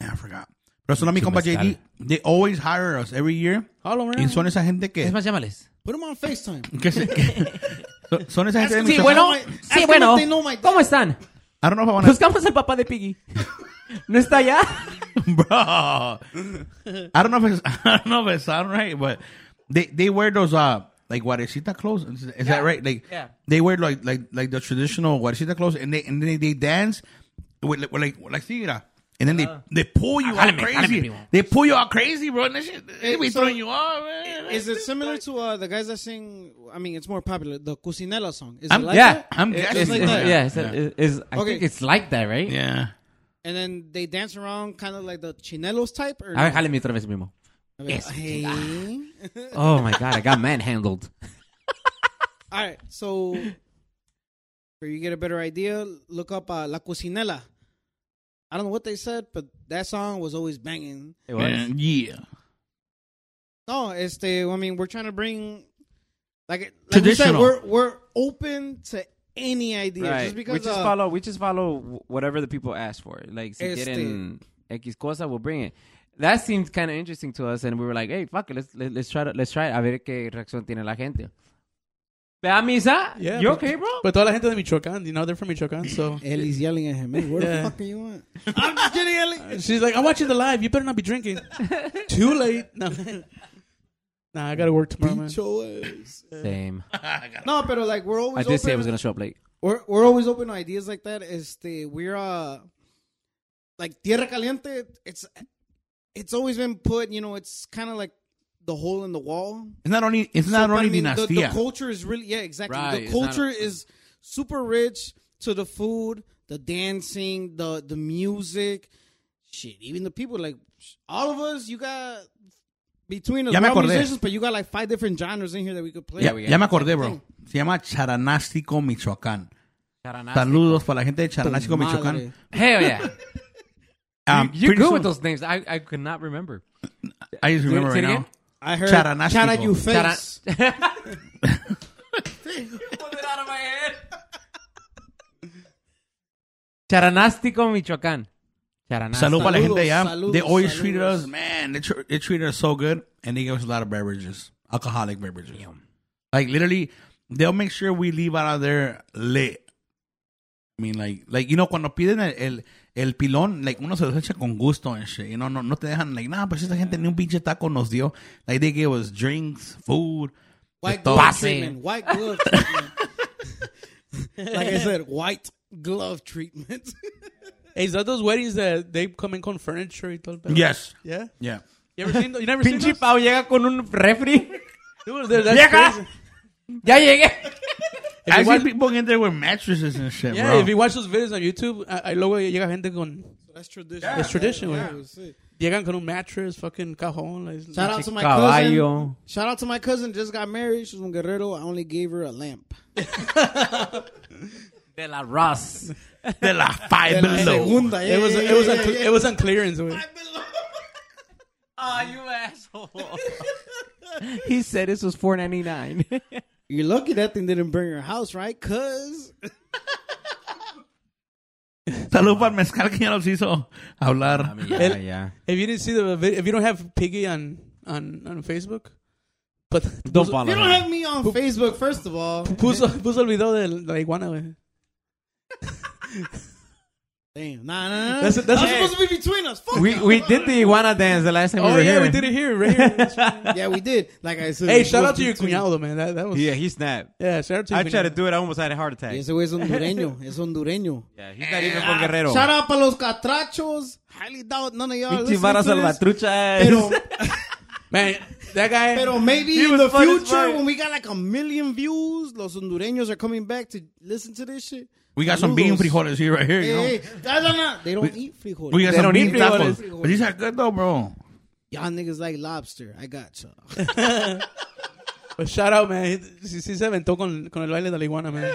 Speaker 4: Man, I forgot. Pero solo mi
Speaker 1: Pinche
Speaker 4: compa
Speaker 1: mezcal.
Speaker 4: JD, they always hire us every year.
Speaker 3: Hola, man.
Speaker 4: Y son esa gente que...
Speaker 1: Es más, llámales.
Speaker 2: Put them on Facetime.
Speaker 4: que se- que- son- son esa gente de
Speaker 1: Sí,
Speaker 4: Michoacán.
Speaker 1: bueno.
Speaker 2: Ask them
Speaker 1: Sí,
Speaker 2: if
Speaker 1: bueno.
Speaker 2: they know my dad.
Speaker 1: ¿Cómo están?
Speaker 4: I don't know if I want to...
Speaker 1: Buscamos al papá de Piggy. ¿No está allá?
Speaker 4: Bro, I don't know if it's I don't know if it sound right, but they they wear those uh like guarecita clothes. Is, is that right? Like
Speaker 1: Yeah.
Speaker 4: they wear like like like the traditional guarecita clothes, and they and they, they dance with, with like with like see mira. and then they
Speaker 2: Uh-huh.
Speaker 4: they pull you out
Speaker 5: Jálame, jálame,
Speaker 4: crazy.
Speaker 5: primo.
Speaker 4: they pull you out crazy, bro. And that shit, they be throwing you off. Man.
Speaker 2: Is it similar to uh, the guys that sing? I mean, it's more popular. The Cucinella song. Is
Speaker 4: I'm-
Speaker 2: it like
Speaker 1: yeah.
Speaker 2: that?
Speaker 4: I'm
Speaker 2: It's
Speaker 4: guessing.
Speaker 2: like
Speaker 1: It's-
Speaker 2: that.
Speaker 1: yeah, it's, it's- I
Speaker 2: Okay.
Speaker 1: think it's like that, right?
Speaker 4: yeah.
Speaker 2: And then they dance around, kind of like the chinelos type. Or
Speaker 1: A ver, jáleme otra vez, Primo. yes.
Speaker 2: Hey.
Speaker 1: Oh my God, I got manhandled.
Speaker 2: All right, so for you get a better idea, look up uh, La Cucinela. I don't know what they said, but that song was always banging.
Speaker 1: It was.
Speaker 4: Man, yeah.
Speaker 2: No, este, I mean, we're trying to bring like, like we said,
Speaker 4: Traditional.
Speaker 2: we're we're open to any idea. Just because
Speaker 5: we just
Speaker 2: uh,
Speaker 5: follow. We just follow wh- whatever the people ask for. Like, si
Speaker 2: Este.
Speaker 5: quieren X cosa, we'll bring it. That seemed kind of interesting to us, and we were like, "Hey, fuck it, let's let, let's try to, let's try it. a ver qué reacción tiene la gente." ¿Vea misa?
Speaker 3: Yeah,
Speaker 5: you
Speaker 3: but-
Speaker 5: okay, bro?
Speaker 3: But toda la gente de Michoacán, you know, they're from Michoacán, so.
Speaker 2: Ellie's yelling at him. Hey, where
Speaker 3: Yeah.
Speaker 2: the fuck are you at? I'm just kidding, Ellie.
Speaker 3: She's like, I'm watching the live. You better not be drinking. Too late. No. nah, I gotta work tomorrow, man.
Speaker 2: Beat your ass.
Speaker 1: Same.
Speaker 2: No, but like we're always
Speaker 5: I
Speaker 2: eh, open.
Speaker 5: did say I was gonna show up late.
Speaker 2: we're we're always open to ideas like that. Este, we're uh, like Tierra Caliente. It's it's always been put. You know, it's kind of like the hole in the wall.
Speaker 4: It's not only it's not
Speaker 2: So, but
Speaker 4: only
Speaker 2: I mean, the, the
Speaker 4: dinastía.
Speaker 2: culture is really yeah, exactly.
Speaker 5: Right,
Speaker 2: the
Speaker 5: it's not
Speaker 2: culture
Speaker 5: a-
Speaker 2: is super rich to the food, the dancing, the the music, shit. Even the people like all of us. You got between us,
Speaker 4: Ya
Speaker 2: we're
Speaker 4: me
Speaker 2: all
Speaker 4: acordé.
Speaker 2: musicians, but you got like five different genres in here that we could play.
Speaker 4: ya, ya me acordé, bro. Se llama Charanástico, Michoacán.
Speaker 2: Ah,
Speaker 1: Hell
Speaker 4: Saludos para la gente de Charanástico,
Speaker 2: pues. Madre.
Speaker 4: Michoacán.
Speaker 1: yeah.
Speaker 4: Um,
Speaker 1: You're
Speaker 4: pretty
Speaker 1: good
Speaker 4: soon-
Speaker 1: with those names. I, I could not remember.
Speaker 4: I just remember
Speaker 1: say
Speaker 4: right
Speaker 1: it
Speaker 4: now.
Speaker 1: again?
Speaker 2: I heard
Speaker 4: Charanástico.
Speaker 2: shout out you face.
Speaker 1: Pull it out of my head.
Speaker 5: Charanástico, Michoacán. Charanástico.
Speaker 4: Salud para la gente allá.
Speaker 2: saludos,
Speaker 4: they always
Speaker 2: saludos.
Speaker 4: treated us, man. They, tr- they treated us so good, and they gave us a lot of beverages, alcoholic beverages. Like literally, they'll make sure we leave out of there lit. I mean, like, like you know, cuando piden el, el, el pilón, like uno se los echa con gusto and shit. You know, no, no te dejan like nada. Pues esta gente ni un pinche taco nos dio. Like they gave us drinks, food.
Speaker 2: White
Speaker 4: todo.
Speaker 2: glove
Speaker 4: Pase.
Speaker 2: treatment. White glove treatment. like I said, white glove treatment.
Speaker 3: Hey, is that those weddings that they come in con furniture y todo el pedo?
Speaker 4: Yes.
Speaker 3: Yeah?
Speaker 4: Yeah.
Speaker 3: You ever seen those? You never seen
Speaker 5: Pinche
Speaker 3: those?
Speaker 5: Pau llega con un refri.
Speaker 3: Dude, they're- that's
Speaker 5: Vieja.
Speaker 3: crazy.
Speaker 5: ¡Ya llegué!
Speaker 3: If
Speaker 4: I
Speaker 3: you watch-
Speaker 4: see people in there with mattresses and shit,
Speaker 3: Yeah,
Speaker 4: bro.
Speaker 3: if you watch those videos on YouTube, I, I luego llega gente con
Speaker 2: That's traditional.
Speaker 3: It's tradition,
Speaker 2: Yeah,
Speaker 3: yeah.
Speaker 2: it's it.
Speaker 3: llegan con un mattress, fucking cajón, like,
Speaker 2: Shout out to my cousin.
Speaker 5: Caballo.
Speaker 2: Shout out to my cousin. Just got married. She's from Guerrero. I only gave her a lamp.
Speaker 5: De la Ross.
Speaker 4: De la five below.
Speaker 2: Segunda, eh. yeah,
Speaker 3: It was
Speaker 2: yeah,
Speaker 3: it was
Speaker 2: yeah,
Speaker 3: on,
Speaker 2: yeah.
Speaker 3: it was on clearance. güey.
Speaker 5: Oh, you asshole. He said this was $4.99.
Speaker 2: You're lucky that thing didn't burn your house, right? Cause
Speaker 4: Salud para el mezcal que ya nos hizo hablar.
Speaker 5: Ya, ya.
Speaker 3: If you didn't see the vid- if you don't have Piggy on on on Facebook, but
Speaker 5: Don't
Speaker 3: puso,
Speaker 5: follow
Speaker 2: you don't
Speaker 5: him.
Speaker 2: have me on Facebook. First of all,
Speaker 3: puso puso el video de la iguana. güey.
Speaker 2: damn, nah, nah, nah.
Speaker 3: That's-
Speaker 2: That's,
Speaker 3: that's-
Speaker 2: supposed to be between us. Fuck
Speaker 5: We,
Speaker 2: that.
Speaker 5: we did the iguana dance the last time we
Speaker 3: Oh
Speaker 5: were
Speaker 3: yeah,
Speaker 5: here.
Speaker 3: we did it here, right here.
Speaker 2: yeah, we did. Like I said,
Speaker 3: hey,
Speaker 2: it's
Speaker 3: shout out
Speaker 2: supposed
Speaker 3: to your
Speaker 2: be between-
Speaker 3: cuñado, man. That that was
Speaker 1: Yeah, he snapped.
Speaker 3: yeah. Shout out to
Speaker 1: I
Speaker 3: your
Speaker 1: tried to
Speaker 3: cuñado.
Speaker 1: do it. I almost had a heart attack.
Speaker 2: Y Ese güey es hondureño. Es hondureño.
Speaker 1: Yeah, he's not even from Guerrero.
Speaker 2: Eh, Shout out para los catrachos. Highly doubt none of y'all
Speaker 1: Pinche
Speaker 2: listen
Speaker 1: vara
Speaker 2: to this.
Speaker 1: salvatrucha.
Speaker 2: Pero,
Speaker 3: man. That guy.
Speaker 2: pero maybe
Speaker 1: He
Speaker 2: in
Speaker 1: was
Speaker 2: the
Speaker 1: fun as
Speaker 2: future
Speaker 1: fuck.
Speaker 2: when we got like a million views, los hondureños are coming back to listen to this shit.
Speaker 4: We got some bean
Speaker 2: Saludos.
Speaker 4: frijoles here, right here. You know?
Speaker 2: Hey, hey, nah, nah, nah. They don't eat frijoles.
Speaker 4: We got
Speaker 5: They
Speaker 4: some
Speaker 5: don't
Speaker 4: bean
Speaker 5: eat frijoles.
Speaker 4: tacos. But these are good though, bro.
Speaker 2: Y'all niggas like lobster. I got y'all.
Speaker 3: but shout out, man. He, sí, sí se aventó con con el baile de la iguana, man.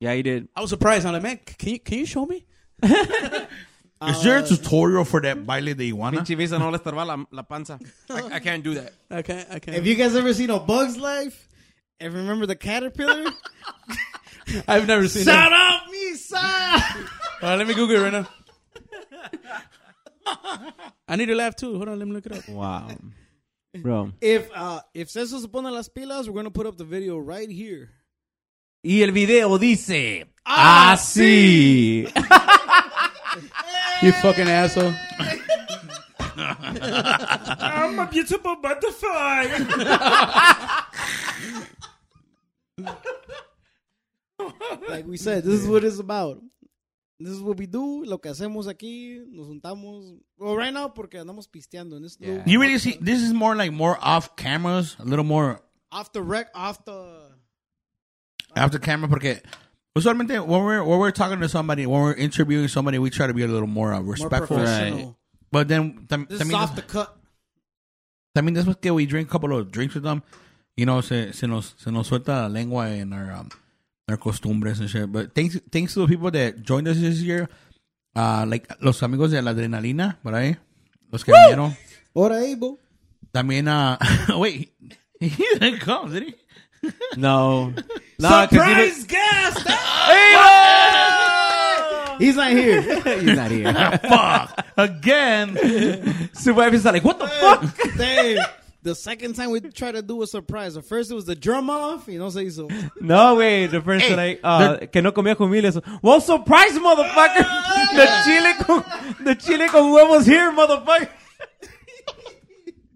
Speaker 5: Yeah, he did.
Speaker 3: I was surprised. I'm like, man, c- can you can you show me?
Speaker 4: Is
Speaker 2: Ah.
Speaker 4: there a tutorial for that baile de iguana?
Speaker 1: Pinche visa no le estorba la, la panza. I, I can't do that.
Speaker 3: I can't. I can't.
Speaker 2: Have you guys ever seen a Bug's Life? And remember the caterpillar?
Speaker 3: I've never seen that.
Speaker 2: Shout out, Misa!
Speaker 3: All right, let me Google it right now. I need to laugh too. Hold on, let me look it up.
Speaker 5: Wow. Bro.
Speaker 2: If uh, if Cesar se pone las pilas, we're gonna put up the video right here.
Speaker 5: Y el video dice...
Speaker 2: Ah,
Speaker 5: Así.
Speaker 3: You fucking asshole.
Speaker 2: I'm a beautiful butterfly. like we said, this is what it's about. This is what we do. Lo que hacemos aquí, nos juntamos. Well, right now, porque andamos pisteando. And it's a little
Speaker 4: You really see this is more like more off cameras, a little more
Speaker 2: off the rec, off the.
Speaker 4: after camera porque usualmente when we're when we're talking to somebody, when we're interviewing somebody, we try to be a little more uh,
Speaker 2: More
Speaker 4: respectful.
Speaker 2: professional.
Speaker 4: But then tam,
Speaker 2: This
Speaker 4: también,
Speaker 2: is off the
Speaker 4: des-
Speaker 2: cut.
Speaker 4: también después que we drink a couple of drinks with them, you know, se, se nos se nos suelta la lengua and our um, our costumbres and shit. But thanks thanks to the people that joined us this year, uh, like los amigos de la adrenalina, por ahí, los que vinieron.
Speaker 2: Ahora, ahí, bo.
Speaker 4: También a. wait, he didn't come, did he?
Speaker 5: No. No, 'cause he didn't-
Speaker 2: guest!
Speaker 5: Hey,
Speaker 2: He's not here.
Speaker 5: bro! He's not here.
Speaker 2: Ah,
Speaker 4: Fuck! Again!
Speaker 5: Su wife is like, what the fuck?
Speaker 2: Dave, the second time we tried to do a surprise, the first it was the drum off. You know, say so.
Speaker 5: No, güey. The first
Speaker 4: Hey,
Speaker 5: like, uh, que no comía humiles. Well, surprise, motherfucker. the chile con, the chile con huevos here, motherfucker.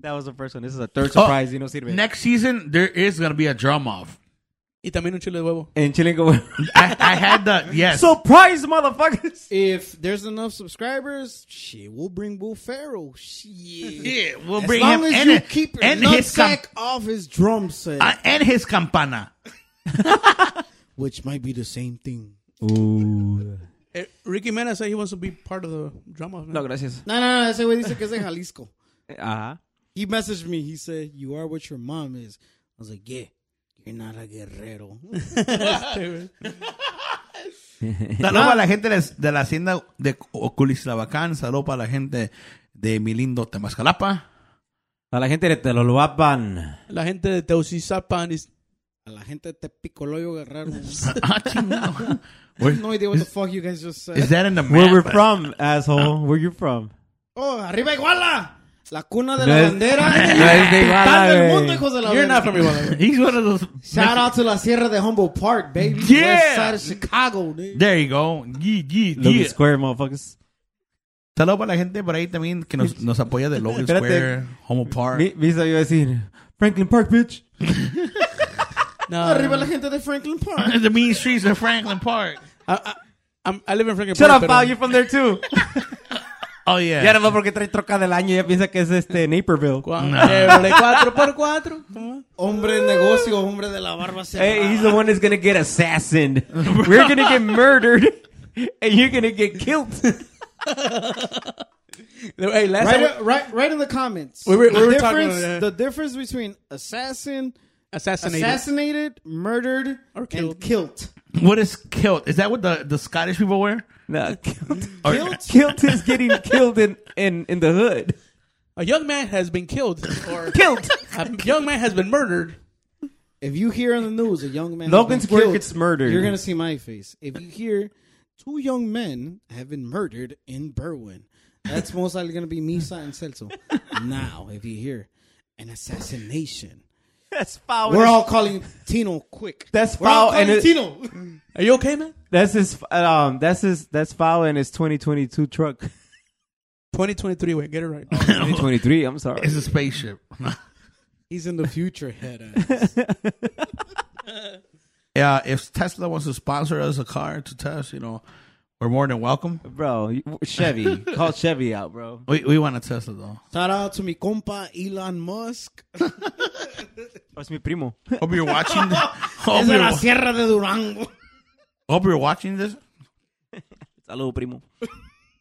Speaker 5: that was the first one. This is a third
Speaker 4: Oh.
Speaker 5: surprise. you know, sirve.
Speaker 4: Next season, there is gonna be a drum off.
Speaker 3: Y también un chile de huevo.
Speaker 5: and chile con huevos.
Speaker 4: I, I had the. Yes.
Speaker 5: surprise, motherfuckers.
Speaker 2: If there's enough subscribers, shit, we'll bring Will Ferrell. Shit.
Speaker 4: yeah, we'll
Speaker 2: As
Speaker 4: bring
Speaker 2: long
Speaker 4: him
Speaker 2: as
Speaker 4: and,
Speaker 2: you keep your
Speaker 4: and, his cam-
Speaker 2: nutsack off his drum set,
Speaker 4: uh, and his campana.
Speaker 2: which might be the same thing.
Speaker 3: Eh, Ricky Mena said he wants to be part of the drama. Man.
Speaker 5: No, gracias.
Speaker 2: No, no, no. Ese güey dice que es de Jalisco.
Speaker 5: Ajá.
Speaker 2: He messaged me. He said, "You are what your mom is." I was like, "Yeah, you're not a guerrero."
Speaker 5: Este,
Speaker 4: Salud para la gente de- de la hacienda de Oculislabacán. Salud para la gente de mi lindo Temascalapa.
Speaker 5: A la gente de Teloloapan.
Speaker 3: La gente de Teucizapan is
Speaker 2: A la gente te picoloyo guerrero.
Speaker 4: ah, chingado. Where-
Speaker 2: no idea what the fuck you guys just said.
Speaker 4: is that in the
Speaker 1: Where
Speaker 4: map?
Speaker 1: we're from, asshole. Where you from?
Speaker 2: Oh, arriba Iguala. La cuna de
Speaker 1: No
Speaker 2: la
Speaker 1: es-
Speaker 2: bandera.
Speaker 1: no es de Iguala,
Speaker 2: Pintando el
Speaker 1: güey.
Speaker 2: mundo, hijos de la
Speaker 3: You're not
Speaker 2: verga.
Speaker 3: from Iguala.
Speaker 4: He's one of those.
Speaker 2: Shout out to la Sierra de Humboldt Park, baby.
Speaker 4: Yeah.
Speaker 2: West side of Chicago, dude.
Speaker 4: There you go. Yeah, yeah,
Speaker 1: Logan
Speaker 4: yeah.
Speaker 1: Square, motherfuckers.
Speaker 4: Saludos para la gente por ahí también que nos, nos apoya de Logan
Speaker 1: Espérate.
Speaker 4: Square, Homo Park.
Speaker 1: Mi, mi sabía decir, Franklin Park, bitch.
Speaker 3: No,
Speaker 2: Arriba la gente de Franklin Park.
Speaker 4: the mean streets of Franklin Park.
Speaker 3: I, I, I'm- I live in Franklin
Speaker 1: Shut
Speaker 3: Park,
Speaker 1: up,
Speaker 3: pero-
Speaker 5: ah,
Speaker 1: pal, you're from there too.
Speaker 4: Oh, yeah.
Speaker 1: Ya no va porque trae troca del año y ya piensa que es este Naperville.
Speaker 3: Cua- Chevrolet 4x4. Come on.
Speaker 2: Hombre de negocio, hombre de la barba
Speaker 1: Hey, he's
Speaker 2: cerrada.
Speaker 1: the one that's gonna get assassinated. We're gonna get murdered, and you're gonna get killed.
Speaker 3: Hey, last time
Speaker 2: Right, right, right in the comments.
Speaker 3: We were- we
Speaker 2: the,
Speaker 3: were talking
Speaker 2: difference,
Speaker 3: about that.
Speaker 2: the difference between assassin,
Speaker 3: assassinated.
Speaker 2: assassinated, murdered,
Speaker 3: Or
Speaker 2: and
Speaker 3: killed.
Speaker 2: killed.
Speaker 4: What is kilt? Is that what the, the Scottish people wear?
Speaker 1: No, killed.
Speaker 4: Or-
Speaker 1: Killed is getting killed in in in the hood.
Speaker 3: a young man has been killed, or
Speaker 1: Killed.
Speaker 3: a young man has been murdered.
Speaker 2: If you hear on the news a young man has
Speaker 1: Logan
Speaker 2: been
Speaker 1: Square
Speaker 2: killed,
Speaker 1: gets murdered.
Speaker 2: you're gonna see my face. If you hear two young men have been murdered in Berwyn, that's most likely gonna be Misa and Celso. now, if you hear an assassination,
Speaker 1: That's foul.
Speaker 2: we're all calling Tino quick.
Speaker 1: That's
Speaker 2: we're all
Speaker 1: foul and
Speaker 2: calling
Speaker 1: it-
Speaker 2: Tino.
Speaker 3: Are you okay, man?
Speaker 1: That's his. Um, that's his. That's foul in his 2022 truck.
Speaker 3: 2023, wait, get it right.
Speaker 1: 2023. I'm sorry.
Speaker 4: It's a spaceship.
Speaker 2: He's in the future, head.
Speaker 4: yeah, if Tesla wants to sponsor us a car to test, you know, we're more than welcome.
Speaker 1: Bro, you- Chevy. Call Chevy out, bro.
Speaker 4: We, we want to Tesla, though.
Speaker 2: Shout out to mi compa Elon Musk.
Speaker 1: Es Oh, mi primo.
Speaker 4: Hope you're watching this. Hope
Speaker 3: Oh,
Speaker 2: Es de la
Speaker 4: you're,
Speaker 2: Sierra de Durango.
Speaker 4: hope you're watching this.
Speaker 1: Saludo, primo.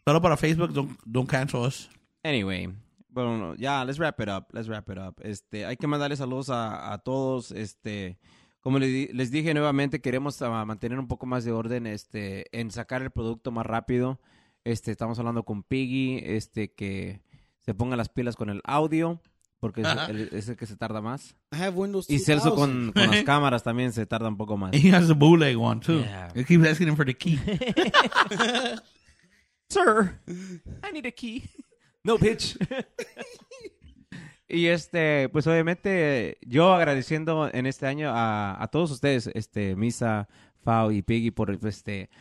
Speaker 4: Saludos para Facebook. Don't, don't cancel us.
Speaker 1: Anyway, bueno, ya, let's wrap it up, let's wrap it up. Este, hay que mandarle saludos a, a todos, este, como les, di- les dije nuevamente, queremos ah, mantener un poco más de orden, este, en sacar el producto más rápido. Este, estamos hablando con Piggy, este, que se ponga las pilas con el audio, porque es el, es el que se tarda más.
Speaker 2: I have Windows
Speaker 1: Y
Speaker 2: 2000.
Speaker 1: Celso con, con las cámaras también se tarda un poco más.
Speaker 4: He has a bootleg one, too.
Speaker 1: Yeah.
Speaker 4: He keeps asking him for the key.
Speaker 1: Sir, I need a key. No, bitch. y este, pues obviamente, yo agradeciendo en este año a, a todos ustedes, este, Misa, Fao y Piggy, por pues, este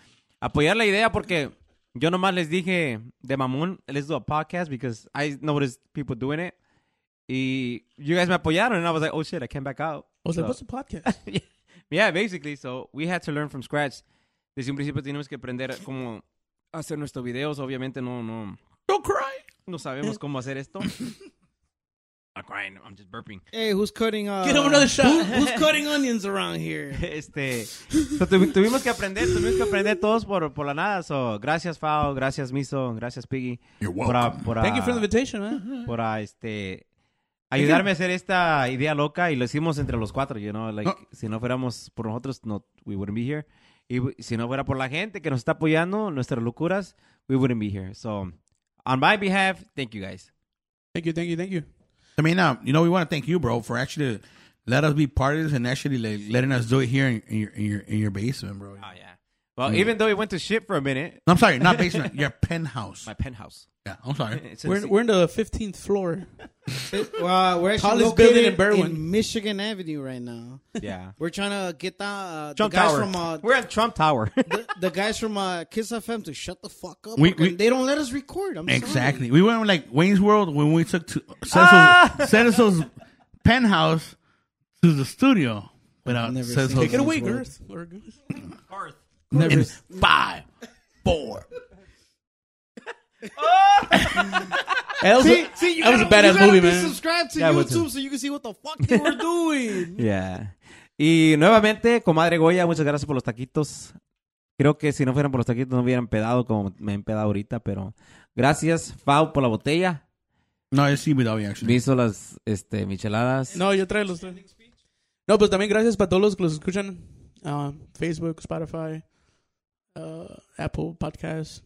Speaker 1: apoyar la idea, porque yo nomás les dije de mamón, let's do a podcast because I noticed people doing it. Y you guys me apoyaron, and I was like, oh shit, I came back out.
Speaker 3: I was
Speaker 1: So-
Speaker 3: like, what's the podcast?
Speaker 1: yeah, basically. So we had to learn from scratch. Desde un principio tenemos que aprender cómo hacer nuestros videos. Obviamente no, no,
Speaker 4: Don't cry.
Speaker 1: no sabemos cómo hacer esto. I'm crying. I'm just burping.
Speaker 2: Hey, who's cutting? Uh,
Speaker 3: Get him another shot.
Speaker 2: who- who's cutting onions around here?
Speaker 1: Este, so tuvi- tuvimos que aprender, tuvimos que aprender todos por, por la nada. So, gracias Fao, gracias Miso, gracias Piggy.
Speaker 4: You're
Speaker 1: Por, a- por a-
Speaker 3: Thank you for the invitation, man.
Speaker 1: por a, este ayudarme a hacer esta idea loca y lo hicimos entre los cuatro, you know, like
Speaker 4: No.
Speaker 1: si no fuéramos por nosotros no we wouldn't be here y w- si no fuera por la gente que nos está apoyando nuestras locuras we wouldn't be here. So on my behalf, thank you guys.
Speaker 3: Thank you, thank you, thank you.
Speaker 4: I mean, uh, you know, we want to thank you, bro, for actually let us be part of this and actually like, letting us do it here in, in your in your in your basement, bro.
Speaker 1: Oh yeah. Well, even though it went to shit for a minute,
Speaker 4: No, I'm sorry, not basement, your penthouse.
Speaker 1: my penthouse.
Speaker 4: Yeah, I'm sorry.
Speaker 1: It's in
Speaker 3: We're,
Speaker 1: se-
Speaker 3: we're in the 15th floor.
Speaker 2: Well, uh, we're actually
Speaker 3: Tallest
Speaker 2: located
Speaker 3: building in Berwyn.
Speaker 2: in Michigan Avenue right now.
Speaker 1: yeah.
Speaker 2: We're trying to get the, uh, the
Speaker 1: Trump
Speaker 2: guys
Speaker 1: Tower.
Speaker 2: from uh,
Speaker 1: we're at Trump Tower.
Speaker 2: the, the guys from uh, Kiss FM to shut the fuck up.
Speaker 4: We-
Speaker 2: Okay,
Speaker 4: we-
Speaker 2: they don't let us record. I'm sorry.
Speaker 4: Exactly. We went like Wayne's World when we took to Cecil's,
Speaker 1: Ah!
Speaker 4: Cecil's penthouse to the studio without
Speaker 2: Never seen
Speaker 4: Cecil's.
Speaker 3: Take it away,
Speaker 2: World.
Speaker 3: girls. Or girls.
Speaker 4: In five, four.
Speaker 3: That was,
Speaker 2: See,
Speaker 3: a,
Speaker 2: see, you
Speaker 3: that was a
Speaker 2: gotta- you
Speaker 3: badass
Speaker 2: gotta
Speaker 3: movie,
Speaker 2: be
Speaker 3: man.
Speaker 2: Subscribe to
Speaker 1: Yeah, what's
Speaker 2: YouTube so you can see what the fuck they were doing.
Speaker 1: Yeah. Y nuevamente, comadre Goya, muchas gracias por los taquitos. Creo que si no fueran por los taquitos no hubieran pedado como me han pedado ahorita, pero gracias, Fau, por la botella.
Speaker 4: No, it's CBW actually.
Speaker 1: Me hizo las este, micheladas.
Speaker 3: No, yo traigo los tres. No, pues también gracias para todos los que los escuchan. ah, Facebook, Spotify, ah, Apple Podcasts,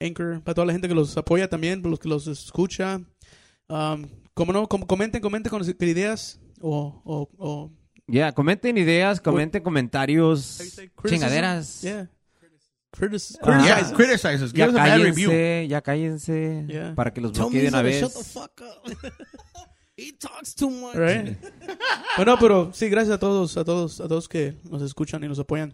Speaker 3: Anchor. Para toda la gente que los apoya también, para los que los escucha. Um, como no, com- comenten, comenten con sus- con ideas o, o, o
Speaker 1: Yeah, comenten ideas, comenten comentarios,
Speaker 3: Criticism?
Speaker 1: chingaderas.
Speaker 3: Yeah. Criticism.
Speaker 4: Criticize, criticize us. Give
Speaker 1: Ya
Speaker 4: us a bad review.
Speaker 1: cállense, ya cállense.
Speaker 3: Yeah.
Speaker 1: Para que los
Speaker 2: Tell
Speaker 1: bloquee
Speaker 2: me
Speaker 1: de una
Speaker 2: to
Speaker 1: vez.
Speaker 2: shut the fuck up. he talks too much.
Speaker 3: Right. bueno, pero sí, gracias a todos, a todos, a todos que nos escuchan y nos apoyan.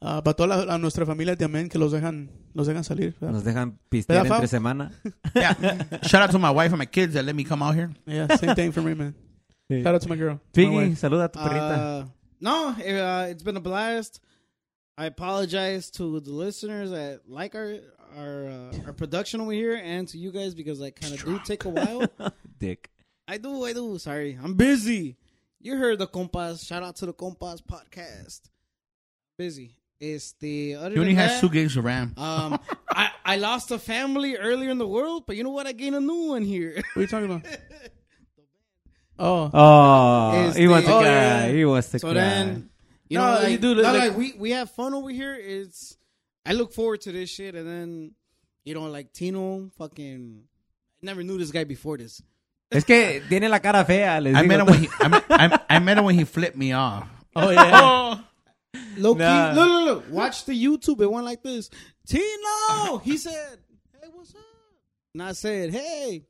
Speaker 3: Ah, para toda la- a nuestra familia también que los dejan, los dejan salir. ¿verdad?
Speaker 1: Nos dejan pistear
Speaker 3: ¿Verdad, Fab?
Speaker 1: entre semana.
Speaker 4: Yeah. Shout out to my wife and my kids that let me come out here.
Speaker 3: Yeah, same thing for me, man.
Speaker 1: Sí.
Speaker 3: Shout out to my girl. my
Speaker 1: Piggy,
Speaker 3: wife.
Speaker 1: saluda a tu perrita.
Speaker 2: Uh, no, it, uh, it's been a blast. I apologize to the listeners that like our our uh, our production over here, and to you guys because I kind of do take a while.
Speaker 1: Dick.
Speaker 2: I do, I do. Sorry, I'm busy. You heard the compas. Shout out to the compas podcast. Busy. It's the other.
Speaker 4: He only
Speaker 2: than that,
Speaker 4: has two gigs of RAM.
Speaker 1: Ah,
Speaker 2: Um, I I lost a family earlier in the world, but you know what? I gained a new one here.
Speaker 3: What are you talking about? Oh,
Speaker 1: Oh,
Speaker 2: Is
Speaker 1: he wants to
Speaker 2: the-
Speaker 1: cry.
Speaker 2: Oh, yeah.
Speaker 1: He wants to
Speaker 2: So
Speaker 1: cry.
Speaker 2: then, you
Speaker 3: No,
Speaker 2: know,
Speaker 3: you
Speaker 2: like,
Speaker 3: do
Speaker 2: no,
Speaker 3: the-
Speaker 2: like, we we have fun over here. It's I look forward to this shit, and then you know, like Tino, fucking, I never knew this guy before this.
Speaker 1: Es que tiene la cara fea. Les
Speaker 4: I
Speaker 1: digo.
Speaker 4: met him when he I met, I, I met him when he flipped me off.
Speaker 3: oh yeah.
Speaker 2: Low
Speaker 1: Nah.
Speaker 2: key, look, look, look, watch the YouTube. It went like this. Tino, he said, "Hey, what's up?" And I said, "Hey."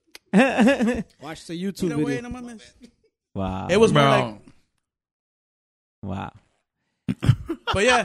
Speaker 2: Watch the YouTube
Speaker 3: No way,
Speaker 2: video.
Speaker 3: no mames.
Speaker 1: wow.
Speaker 3: It was more
Speaker 4: Bro.
Speaker 3: like,
Speaker 1: wow.
Speaker 3: but yeah.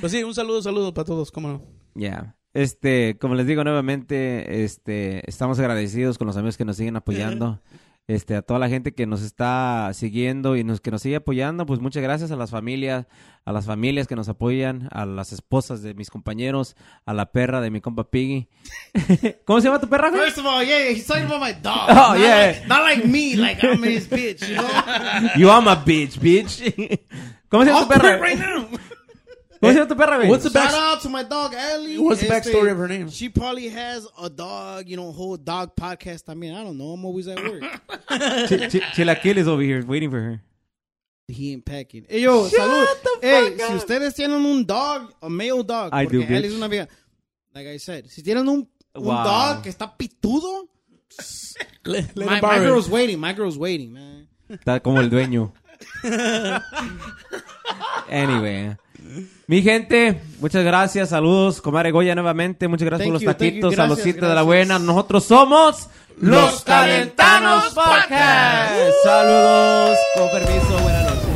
Speaker 3: pues sí, un saludo, saludo para todos, cómo no.
Speaker 1: Yeah. Este, como les digo nuevamente, este, estamos agradecidos con los amigos que nos siguen apoyando. Este, a toda la gente que nos está siguiendo y nos, que nos sigue apoyando, pues muchas gracias a las familias, a las familias que nos apoyan, a las esposas de mis compañeros, a la perra de mi compa Piggy. ¿Cómo se llama tu perra? güey?
Speaker 2: First of all, yeah, he's talking about my dog.
Speaker 1: Oh,
Speaker 2: not
Speaker 1: yeah.
Speaker 2: like, not like me, like I'm his bitch, you know.
Speaker 1: You are my bitch, bitch. ¿Cómo se llama
Speaker 2: I'll
Speaker 1: tu perra?
Speaker 2: quit
Speaker 1: güey?
Speaker 2: right now.
Speaker 1: ¿Cómo se llama tu perra, güey?
Speaker 3: What's the
Speaker 2: Shout
Speaker 3: back?
Speaker 2: out to my dog Ellie.
Speaker 3: What's the
Speaker 2: Este,
Speaker 3: backstory of her name?
Speaker 2: She probably has a dog, you know, whole dog podcast. I mean, I don't know. I'm always at work.
Speaker 1: Ch- Ch- Chilaquiles over here waiting for her.
Speaker 2: he ain't packing. Hey, yo, salud. Hey, si ustedes tienen un dog, a male dog,
Speaker 1: I
Speaker 2: porque
Speaker 1: do,
Speaker 2: Ellie
Speaker 1: bitch.
Speaker 2: es una vieja. Like I said, si tienen un, un
Speaker 1: Wow.
Speaker 2: dog que está pitudo,
Speaker 3: Le- let
Speaker 2: my,
Speaker 3: him borrow
Speaker 2: my
Speaker 3: it.
Speaker 2: girl's waiting. My girl's waiting, man.
Speaker 1: Está como el dueño. Anyway. Mi gente, muchas gracias. Saludos, comadre Goya nuevamente. Muchas gracias
Speaker 2: Thank
Speaker 1: por
Speaker 2: you,
Speaker 1: los
Speaker 2: thank you.
Speaker 1: taquitos, a
Speaker 2: Gracias,
Speaker 1: los siete de la
Speaker 2: gracias.
Speaker 1: buena. Nosotros somos
Speaker 4: Los Calentanos
Speaker 1: Podcast. Saludos, con permiso, buenas noches.